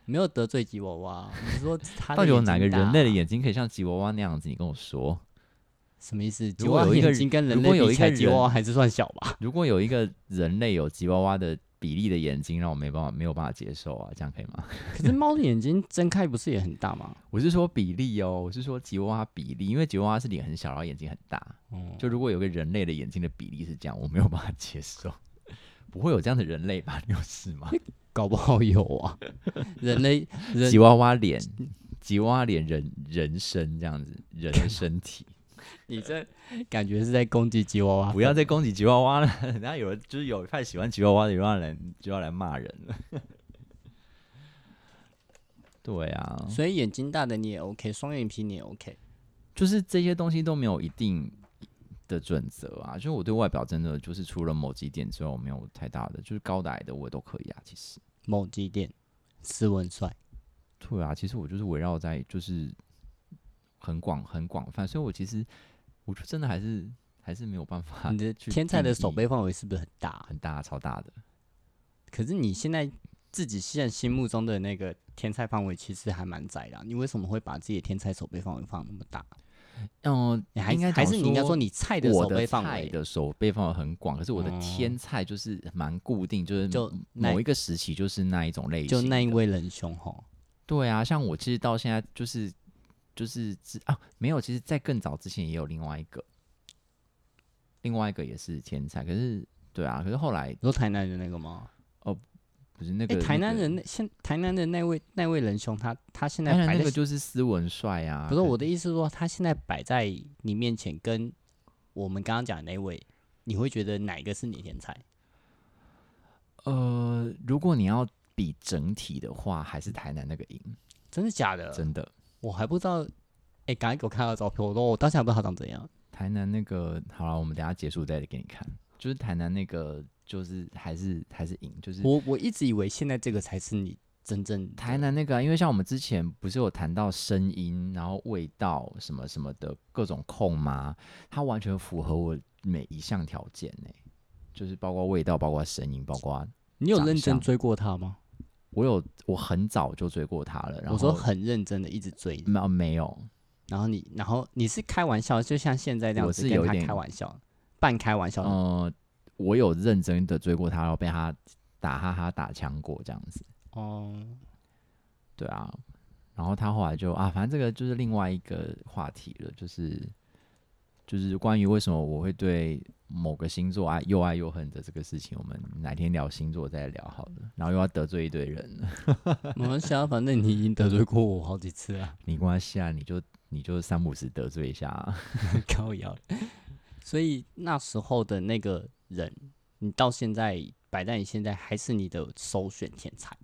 Speaker 1: 没有得罪吉娃娃，我是说他
Speaker 2: 到底有哪个人类的
Speaker 1: 眼睛啊
Speaker 2: 眼睛可以像吉娃娃那样子？你跟我说，
Speaker 1: 大什么意思？吉
Speaker 2: 如果
Speaker 1: 娃
Speaker 2: 有
Speaker 1: 娃
Speaker 2: 一个
Speaker 1: 眼睛跟人
Speaker 2: 如果
Speaker 1: 类
Speaker 2: 有
Speaker 1: 比
Speaker 2: 一
Speaker 1: 起
Speaker 2: 个
Speaker 1: 来，吉
Speaker 2: 人
Speaker 1: 娃娃还是算小吧？
Speaker 2: 如果有一个人类有吉娃娃的比例的眼睛，让我没办法没有办法接受啊，这样可以吗？
Speaker 1: 可是猫的眼睛睁开不是也很大吗？
Speaker 2: 我是说比例哦，我是说吉娃娃比例，因为吉娃娃是脸很小，然后眼睛很大。
Speaker 1: 哦，
Speaker 2: 就如果有个人类的眼睛的比例是这样，我没有办法接受。 不会有这样的人类吧？ 你有事吗？
Speaker 1: 搞不好有 啊，人类人
Speaker 2: 吉娃娃脸，吉娃娃脸人人身这样子，人的身体，
Speaker 1: 你这感觉是在攻击吉娃娃，
Speaker 2: 不要再攻击吉娃娃了。 人家有人就是有一派喜欢吉娃娃的，有人来就要来骂人了。 对啊，
Speaker 1: 所以眼睛大的你也 OK，双眼皮你也 OK。
Speaker 2: 就是这些东西都没有一定的准则啊。就是我对外表真的就是除了某几点之外，我没有太大的，就是高的矮的我也都可以啊。其实。
Speaker 1: 某几点，斯文帅，
Speaker 2: 对啊，其实我就是围绕在就是很广很广泛，所以我其实我就真的还是还是没有办法
Speaker 1: 你的
Speaker 2: 啊去
Speaker 1: 天才的
Speaker 2: 定
Speaker 1: 手
Speaker 2: 义
Speaker 1: 背范围是不是很大啊？
Speaker 2: 很大超大的，
Speaker 1: 可是你现在自己现在心目中的那个天才范围其实还蛮窄的啊、你为什么会把自己的天才手背范围放那么大？
Speaker 2: 嗯，
Speaker 1: 你哦还
Speaker 2: 应该
Speaker 1: 还
Speaker 2: 讲
Speaker 1: 是你应该
Speaker 2: 说
Speaker 1: 说你菜的
Speaker 2: 我
Speaker 1: 手
Speaker 2: 的
Speaker 1: 背范
Speaker 2: 菜
Speaker 1: 围
Speaker 2: 的手背范围很广，可是我的
Speaker 1: 哦
Speaker 2: 天菜就是蛮固定，就是
Speaker 1: 就那
Speaker 2: 某一个时期就是那一种类型，
Speaker 1: 就那一位仁兄吼，
Speaker 2: 对啊，像我其实到现在就是就是之啊，没有，其实在更早之前也有另外一个，另外一个也是天才，可是对啊，可是后来
Speaker 1: 你说台南的那个吗？
Speaker 2: 不是那
Speaker 1: 哎、
Speaker 2: 个、
Speaker 1: 台
Speaker 2: 那
Speaker 1: 南
Speaker 2: 个
Speaker 1: 人那现台南的那位那位仁兄他，他现在
Speaker 2: 当然
Speaker 1: 摆
Speaker 2: 那
Speaker 1: 在
Speaker 2: 个就是斯文帅啊，
Speaker 1: 不是我
Speaker 2: 的，
Speaker 1: 的意思是说，他现在摆在你面前，跟我们刚刚讲的那位，你会觉得哪一个是你的天才？
Speaker 2: 呃，如果你要比整体的话，还是台南那个赢，
Speaker 1: 真的假的？
Speaker 2: 真的。
Speaker 1: 我还不知道。哎、赶快给我看他的照片，我都我当时还不知道他长怎样。
Speaker 2: 台南那个好了，我们等一下结束再给你看，就是台南那个就是还是还是赢，就是
Speaker 1: 我我一直以为现在这个才是你真正的
Speaker 2: 台南那个啊、因为像我们之前不是有谈到声音，然后味道什么什么的各种控吗？它完全符合我每一项条件呢、就是包括味道，包括声音，包括
Speaker 1: 你有
Speaker 2: 长
Speaker 1: 认真
Speaker 2: 相
Speaker 1: 追过他吗？
Speaker 2: 我有我很早就追过他了，然后
Speaker 1: 我说很认真的一直追，
Speaker 2: 没有没有，
Speaker 1: 然后你然后你是开玩笑，就像现在这样
Speaker 2: 我
Speaker 1: 子
Speaker 2: 是
Speaker 1: 跟
Speaker 2: 有
Speaker 1: 他
Speaker 2: 点
Speaker 1: 开玩笑，半开玩笑的。
Speaker 2: 呃，我有认真的追过他，然后被他打哈哈打枪过这样子，
Speaker 1: 哦，
Speaker 2: 对啊，然后他后来就啊，反正这个就是另外一个话题了，就是就是关于为什么我会对某个星座爱又爱又恨的这个事情，我们哪天聊星座再聊好了，然后又要得罪一堆人了，
Speaker 1: 没关系啊，反正你已经得罪过我好几次了，
Speaker 2: 没关系啊，你就你就三不五时得罪一下啊、
Speaker 1: 高瑶。所以那时候的那个人，你到现在摆在你现在还是你的首选天才。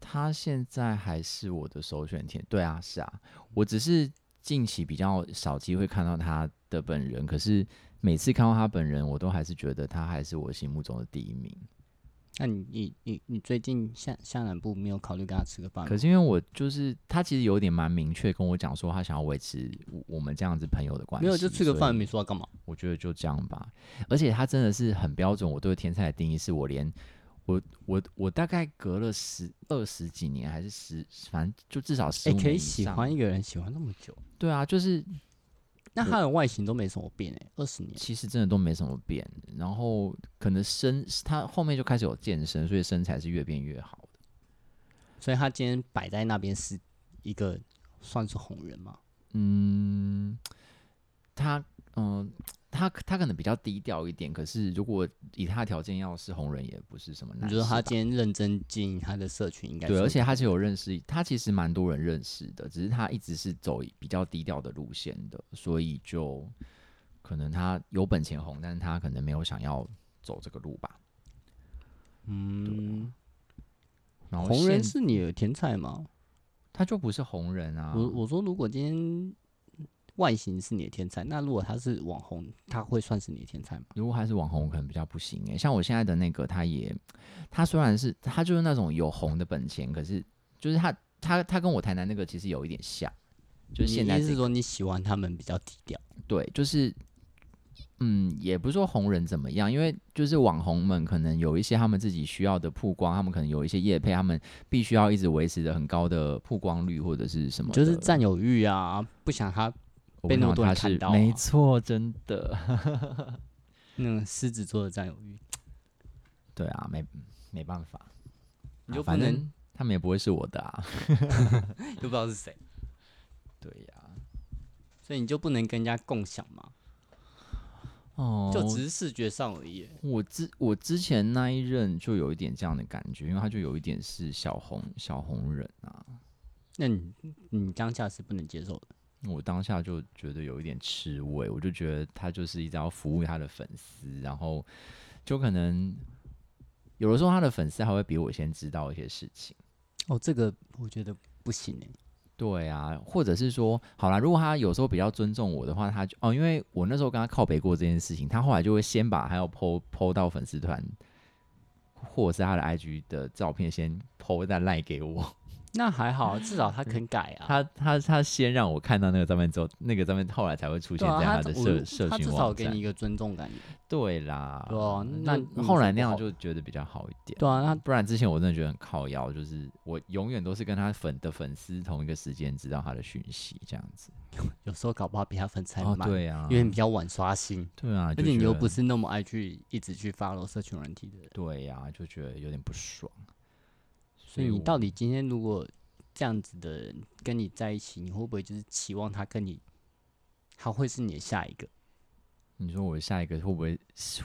Speaker 2: 他现在还是我的首选天，对啊，是啊，我只是近期比较少机会看到他的本人，可是每次看到他本人，我都还是觉得他还是我心目中的第一名。
Speaker 1: 那你你你你最近下下南部没有考虑跟他吃个饭吗
Speaker 2: 可？是因为我就是他，其实有点蛮明确跟我讲说，他想要维持我我们这样子朋友的关系。
Speaker 1: 没有就吃个
Speaker 2: 所
Speaker 1: 饭，
Speaker 2: 以
Speaker 1: 没说要干嘛。
Speaker 2: 我觉得就这样吧。而且他真的是很标准，我对天才的定义是我连我我我大概隔了十二十几年还是十，反正就至少十
Speaker 1: 哎、
Speaker 2: 五
Speaker 1: 可
Speaker 2: 年
Speaker 1: 以
Speaker 2: 以
Speaker 1: 喜
Speaker 2: 上
Speaker 1: 欢一个人喜欢那么久，
Speaker 2: 对啊，就是
Speaker 1: 那他的外形都没什么变哎、2二十年。
Speaker 2: 其实真的都没什么变，然后可能身他后面就开始有健身，所以身材是越变越好的。
Speaker 1: 所以他今天摆在那边是一个算是红人嘛？
Speaker 2: 嗯，他嗯、他他可能比较低调一点，可是如果以他的条件要是红人，也不是什么难
Speaker 1: 你
Speaker 2: 事吧。
Speaker 1: 觉得他今天认真经营他的社群，应该
Speaker 2: 对，
Speaker 1: 是
Speaker 2: 而且他是有认识，他其实蛮多人认识的，只是他一直是走比较低调的路线的，所以就可能他有本钱红，但是他可能没有想要走这个路吧。啊
Speaker 1: 嗯，
Speaker 2: 然后
Speaker 1: 红人
Speaker 2: 现
Speaker 1: 是你的天才吗？
Speaker 2: 他就不是红人啊，
Speaker 1: 我我说，如果今天外形是你的天才，那如果他是网红，他会算是你的天才吗？
Speaker 2: 如果还是网红，我可能比较不行诶、像我现在的那个，他也，他虽然是他就是那种有红的本钱，可是就是他他他跟我台南那个其实有一点像，就是现在
Speaker 1: 你意思
Speaker 2: 这
Speaker 1: 是
Speaker 2: 个
Speaker 1: 说你喜欢他们比较低调，
Speaker 2: 对，就是嗯，也不是说红人怎么样，因为就是网红们可能有一些他们自己需要的曝光，他们可能有一些业配，他们必须要一直维持着很高的曝光率或者是什么的，
Speaker 1: 就是占有欲啊，不想他
Speaker 2: 我不
Speaker 1: 被那么
Speaker 2: 想
Speaker 1: 多人
Speaker 2: 他
Speaker 1: 看
Speaker 2: 是
Speaker 1: 到啊
Speaker 2: 没错，真的。
Speaker 1: 那个狮子座的占有欲，
Speaker 2: 对啊，没没办法，
Speaker 1: 你
Speaker 2: 啊
Speaker 1: 就不
Speaker 2: 反正
Speaker 1: 能
Speaker 2: 他们也不会是我的啊。
Speaker 1: 又不知道是 谁，
Speaker 2: 对呀、
Speaker 1: 所以你就不能跟人家共享嘛，
Speaker 2: 哦，
Speaker 1: 就只是视觉上而已。
Speaker 2: 我之我之前那一任就有一点这样的感觉，因为他就有一点是小红小红人啊，
Speaker 1: 那你你当下是不能接受的，
Speaker 2: 我当下就觉得有一点吃味，我就觉得他就是一直要服务他的粉丝，然后就可能有的时候他的粉丝还会比我先知道一些事情。
Speaker 1: 哦，这个我觉得不行哎、
Speaker 2: 对啊，或者是说，好啦，如果他有时候比较尊重我的话，他就哦，因为我那时候跟他靠北过这件事情，他后来就会先把他要 PO PO 到粉丝团，或者是他的 IG 的照片先 PO 再赖给我，
Speaker 1: 啊那还好，至少他肯改啊。
Speaker 2: 他他他先让我看到那个照片之后，那个照片后来才会出现
Speaker 1: 对啊，
Speaker 2: 在
Speaker 1: 他
Speaker 2: 的
Speaker 1: 我
Speaker 2: 社、社
Speaker 1: 他
Speaker 2: 群
Speaker 1: 至少
Speaker 2: 网
Speaker 1: 给你
Speaker 2: 站
Speaker 1: 一。个尊重感。
Speaker 2: 对啦，
Speaker 1: 对啊那
Speaker 2: 就
Speaker 1: 你
Speaker 2: 后来
Speaker 1: 说不
Speaker 2: 那样
Speaker 1: 好
Speaker 2: 就觉得比较好一点。
Speaker 1: 对啊，那
Speaker 2: 不然之前我真的觉得很靠腰，就是我永远都是跟他粉的粉丝同一个时间知道他的讯息这样子。
Speaker 1: 有时候搞不好比他粉才
Speaker 2: 哦，
Speaker 1: 慢，
Speaker 2: 对啊，
Speaker 1: 因为你比较晚刷新，
Speaker 2: 对啊，
Speaker 1: 而
Speaker 2: 就
Speaker 1: 且你
Speaker 2: 觉
Speaker 1: 又
Speaker 2: 得
Speaker 1: 不是那么爱去一直去 follow 社群软体的人，
Speaker 2: 对呀、就觉得有点不爽。
Speaker 1: 所以你
Speaker 2: 我
Speaker 1: 到底今天如果这样子的人跟你在一起，你会不会就是期望他跟你，他会是你的下一个？
Speaker 2: 你说我下一个会不会，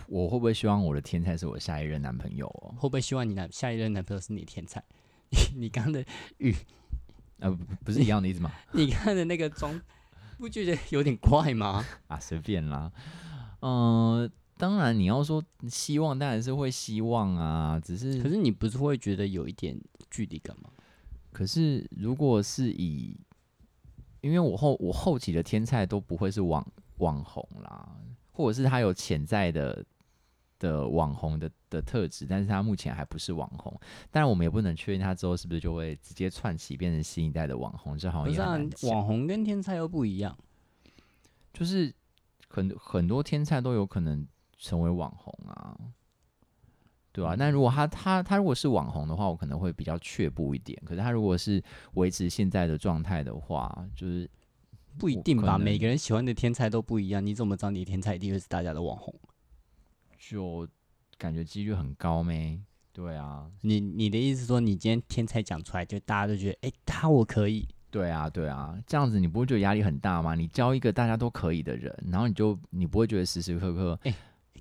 Speaker 2: 我会不会希望我的天才是我下一任男朋友哦？
Speaker 1: 会不会希望你男下一任男朋友是你的天才？ 你刚刚的
Speaker 2: 呃，不不是一样的意思吗？
Speaker 1: 你看的那个妆，不觉得有点怪吗？
Speaker 2: 啊，随便啦。嗯、当然你要说希望，当然是会希望啊，只 是
Speaker 1: 可是你不是会觉得有一点距离感吗？
Speaker 2: 可是如果是以，因为我后我后期的天菜都不会是网网红啦，或者是他有潜在的的网红的的特质，但是他目前还不是网红。当然，我们也不能确定他之后是不是就会直接窜起变成新一代的网红，这好
Speaker 1: 不
Speaker 2: 哦像也
Speaker 1: 是、啊
Speaker 2: 很难、讲。
Speaker 1: 网红跟天才又不一样。
Speaker 2: 就是很很多天才都有可能成为网红啊，对啊。那如果他他他如果是网红的话，我可能会比较却步一点。可是他如果是维持现在的状态的话，就是
Speaker 1: 不一
Speaker 2: 我
Speaker 1: 定
Speaker 2: 可
Speaker 1: 吧，
Speaker 2: 能
Speaker 1: 每个人喜欢的天才都不一样。你怎么知道你的天才一定会是大家的网红？
Speaker 2: 就感觉几率很高咩？对啊，
Speaker 1: 你你的意思说，你今天天才讲出来，就大家都觉得，哎、他我可以，
Speaker 2: 对啊，对啊，这样子你不会觉得压力很大吗？你教一个大家都可以的人，然后你就你不会觉得时时刻刻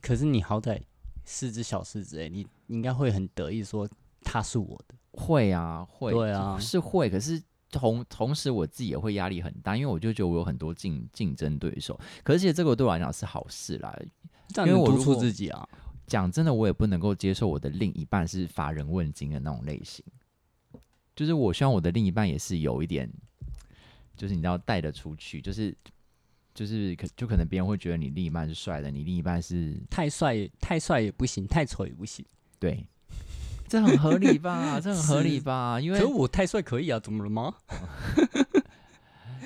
Speaker 1: 可是你好歹是只小狮子哎，你你应该会很得意说他是我的。
Speaker 2: 会啊，会，
Speaker 1: 对啊
Speaker 2: 是会，可是。同同时，我自己也会压力很大，因为我就觉得我有很多竞竞争对手。可是其实这个对我来讲是好事啦。
Speaker 1: 这样你
Speaker 2: 因为我
Speaker 1: 督
Speaker 2: 如
Speaker 1: 促
Speaker 2: 果
Speaker 1: 自己啊，
Speaker 2: 讲真的，我也不能够接受我的另一半是乏人问津的那种类型。就是我希望我的另一半也是有一点，就是你知道带得出去，就是就是可就可能别人会觉得你另一半是帅的，你另一半是
Speaker 1: 太帅也太帅也不行，太丑也不行。
Speaker 2: 对， 这很合理吧？这很合理
Speaker 1: 是
Speaker 2: 吧？因
Speaker 1: 可
Speaker 2: 为
Speaker 1: 是我太帅可以啊，怎么了吗？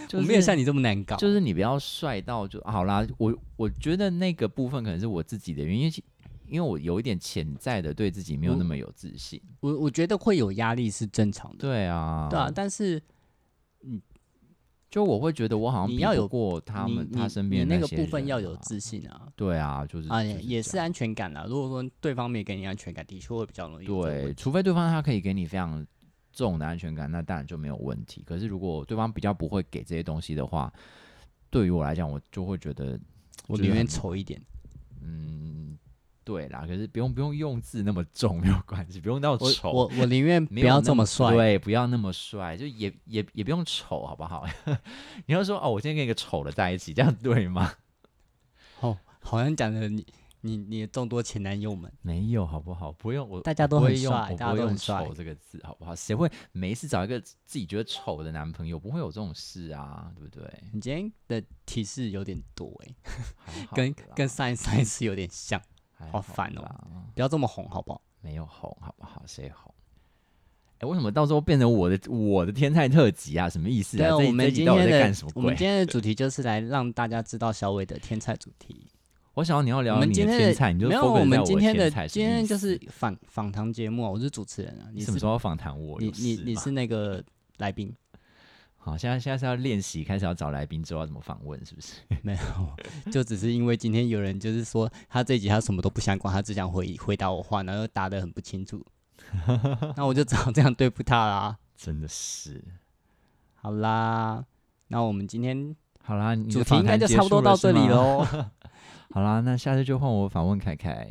Speaker 2: 就
Speaker 1: 我
Speaker 2: 是
Speaker 1: 没有像你这么难搞。
Speaker 2: 就是你不要帅到就、啊好啦。我我觉得那个部分可能是我自己的原因，因为其因为我有一点潜在的对自己
Speaker 1: 嗯
Speaker 2: 没有那么有自信。
Speaker 1: 我我觉得会有压力是正常的，
Speaker 2: 对啊，
Speaker 1: 对啊。但是
Speaker 2: 就我会觉得我好像
Speaker 1: 你
Speaker 2: 比
Speaker 1: 要
Speaker 2: 不
Speaker 1: 有
Speaker 2: 过他
Speaker 1: 你
Speaker 2: 们他
Speaker 1: 你
Speaker 2: 身
Speaker 1: 你
Speaker 2: 边的
Speaker 1: 那个
Speaker 2: 些
Speaker 1: 部分
Speaker 2: 人
Speaker 1: 要有
Speaker 2: 啊
Speaker 1: 自信啊，
Speaker 2: 对啊，就是
Speaker 1: 啊
Speaker 2: 就
Speaker 1: 也也
Speaker 2: 这
Speaker 1: 是
Speaker 2: 样
Speaker 1: 安全感啦。如果说对方没给你安全感，的确会比较容易有这个问
Speaker 2: 对，
Speaker 1: 题。
Speaker 2: 除非对方他可以给你非常重的安全感，那当然就没有问题。可是如果对方比较不会给这些东西的话，对于我来讲，我就会觉得
Speaker 1: 我
Speaker 2: 就是
Speaker 1: 宁愿
Speaker 2: 很
Speaker 1: 丑一点，
Speaker 2: 嗯，对啦，可是不用不用用字那么重，没有关系，不用到
Speaker 1: 我
Speaker 2: 丑，
Speaker 1: 我我宁 愿不
Speaker 2: 没有
Speaker 1: 要
Speaker 2: 那
Speaker 1: 这么帅。
Speaker 2: 对，不要那么帅，就也也也不用丑，好不好？ 你要说哦，我今天跟一个丑的在一起，这样对吗？
Speaker 1: 哦，好像讲的你你你的众多前男友们，
Speaker 2: 没有，好不好？不用我，
Speaker 1: 大家
Speaker 2: 我
Speaker 1: 都
Speaker 2: 不
Speaker 1: 很
Speaker 2: 会用
Speaker 1: 帅
Speaker 2: 我
Speaker 1: 大家
Speaker 2: 不会
Speaker 1: 都
Speaker 2: 用
Speaker 1: 很帅
Speaker 2: 丑这个字，好不好？谁会每一次找一个自己觉得丑的男朋友？不会有这种事啊，对不对？
Speaker 1: 你今天的提示有点多哎、
Speaker 2: 还好
Speaker 1: 跟
Speaker 2: 啦
Speaker 1: 跟上一上一次有点像，
Speaker 2: 还
Speaker 1: 好
Speaker 2: 好
Speaker 1: 烦哦
Speaker 2: 啦，
Speaker 1: 不要这么红好不好？
Speaker 2: 没有红，好不好？谁红？哎，为什么到时候变成我的我的天才特辑啊？什么意思
Speaker 1: 对
Speaker 2: 啊？
Speaker 1: 啊，
Speaker 2: 这
Speaker 1: 我
Speaker 2: 一这
Speaker 1: 们
Speaker 2: 一集
Speaker 1: 今
Speaker 2: 到底
Speaker 1: 天
Speaker 2: 在干
Speaker 1: 的
Speaker 2: 什么
Speaker 1: 我们
Speaker 2: 鬼？
Speaker 1: 今天的主题就是来让大家知道小伟的天才主题。
Speaker 2: 我想要你要
Speaker 1: 我
Speaker 2: 聊
Speaker 1: 们
Speaker 2: 你
Speaker 1: 今
Speaker 2: 的
Speaker 1: 天
Speaker 2: 天
Speaker 1: 的
Speaker 2: 才，你就
Speaker 1: 没有，啊
Speaker 2: focus
Speaker 1: 我
Speaker 2: 在
Speaker 1: 们
Speaker 2: 我
Speaker 1: 今天
Speaker 2: 天
Speaker 1: 的
Speaker 2: 才什么
Speaker 1: 今天
Speaker 2: 意
Speaker 1: 就
Speaker 2: 思
Speaker 1: 是访访谈节目啊，我是主持人啊，你
Speaker 2: 你什
Speaker 1: 是
Speaker 2: 么时候要访谈我？
Speaker 1: 你
Speaker 2: 有
Speaker 1: 你
Speaker 2: 事
Speaker 1: 你
Speaker 2: 吗
Speaker 1: 是那个来宾，
Speaker 2: 好，现在现在是要练习，开始要找来宾之后要怎么访问，是不 是？
Speaker 1: 没有， 就只是因为今天有人就是说他这一集他什么都不想管，他只想回回答我话，然后又答得很不清 楚，那我就只好这样对付他啦。
Speaker 2: 真的是。
Speaker 1: 好啦，那我们今天
Speaker 2: 好啦，你的
Speaker 1: 主题
Speaker 2: 访
Speaker 1: 应该
Speaker 2: 谈
Speaker 1: 就
Speaker 2: 结
Speaker 1: 差不
Speaker 2: 束
Speaker 1: 多到
Speaker 2: 是
Speaker 1: 这里
Speaker 2: 吗
Speaker 1: 了。哦。
Speaker 2: 好啦，那下次就换我访问凯凯，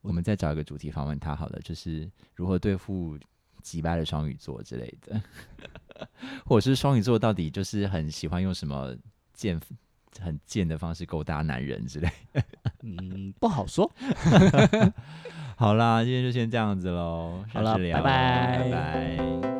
Speaker 2: 我们再找一个主题访问他好了，就是如何对付击败的双鱼座之类的， 或者是双鱼座到底就是很喜欢用什么贱很贱的方式勾搭男人之类。
Speaker 1: 嗯，不好说。
Speaker 2: 好啦，今天就先这样子喽，
Speaker 1: 好
Speaker 2: 下
Speaker 1: 了
Speaker 2: 次聊
Speaker 1: 拜
Speaker 2: 咯拜
Speaker 1: 拜
Speaker 2: 拜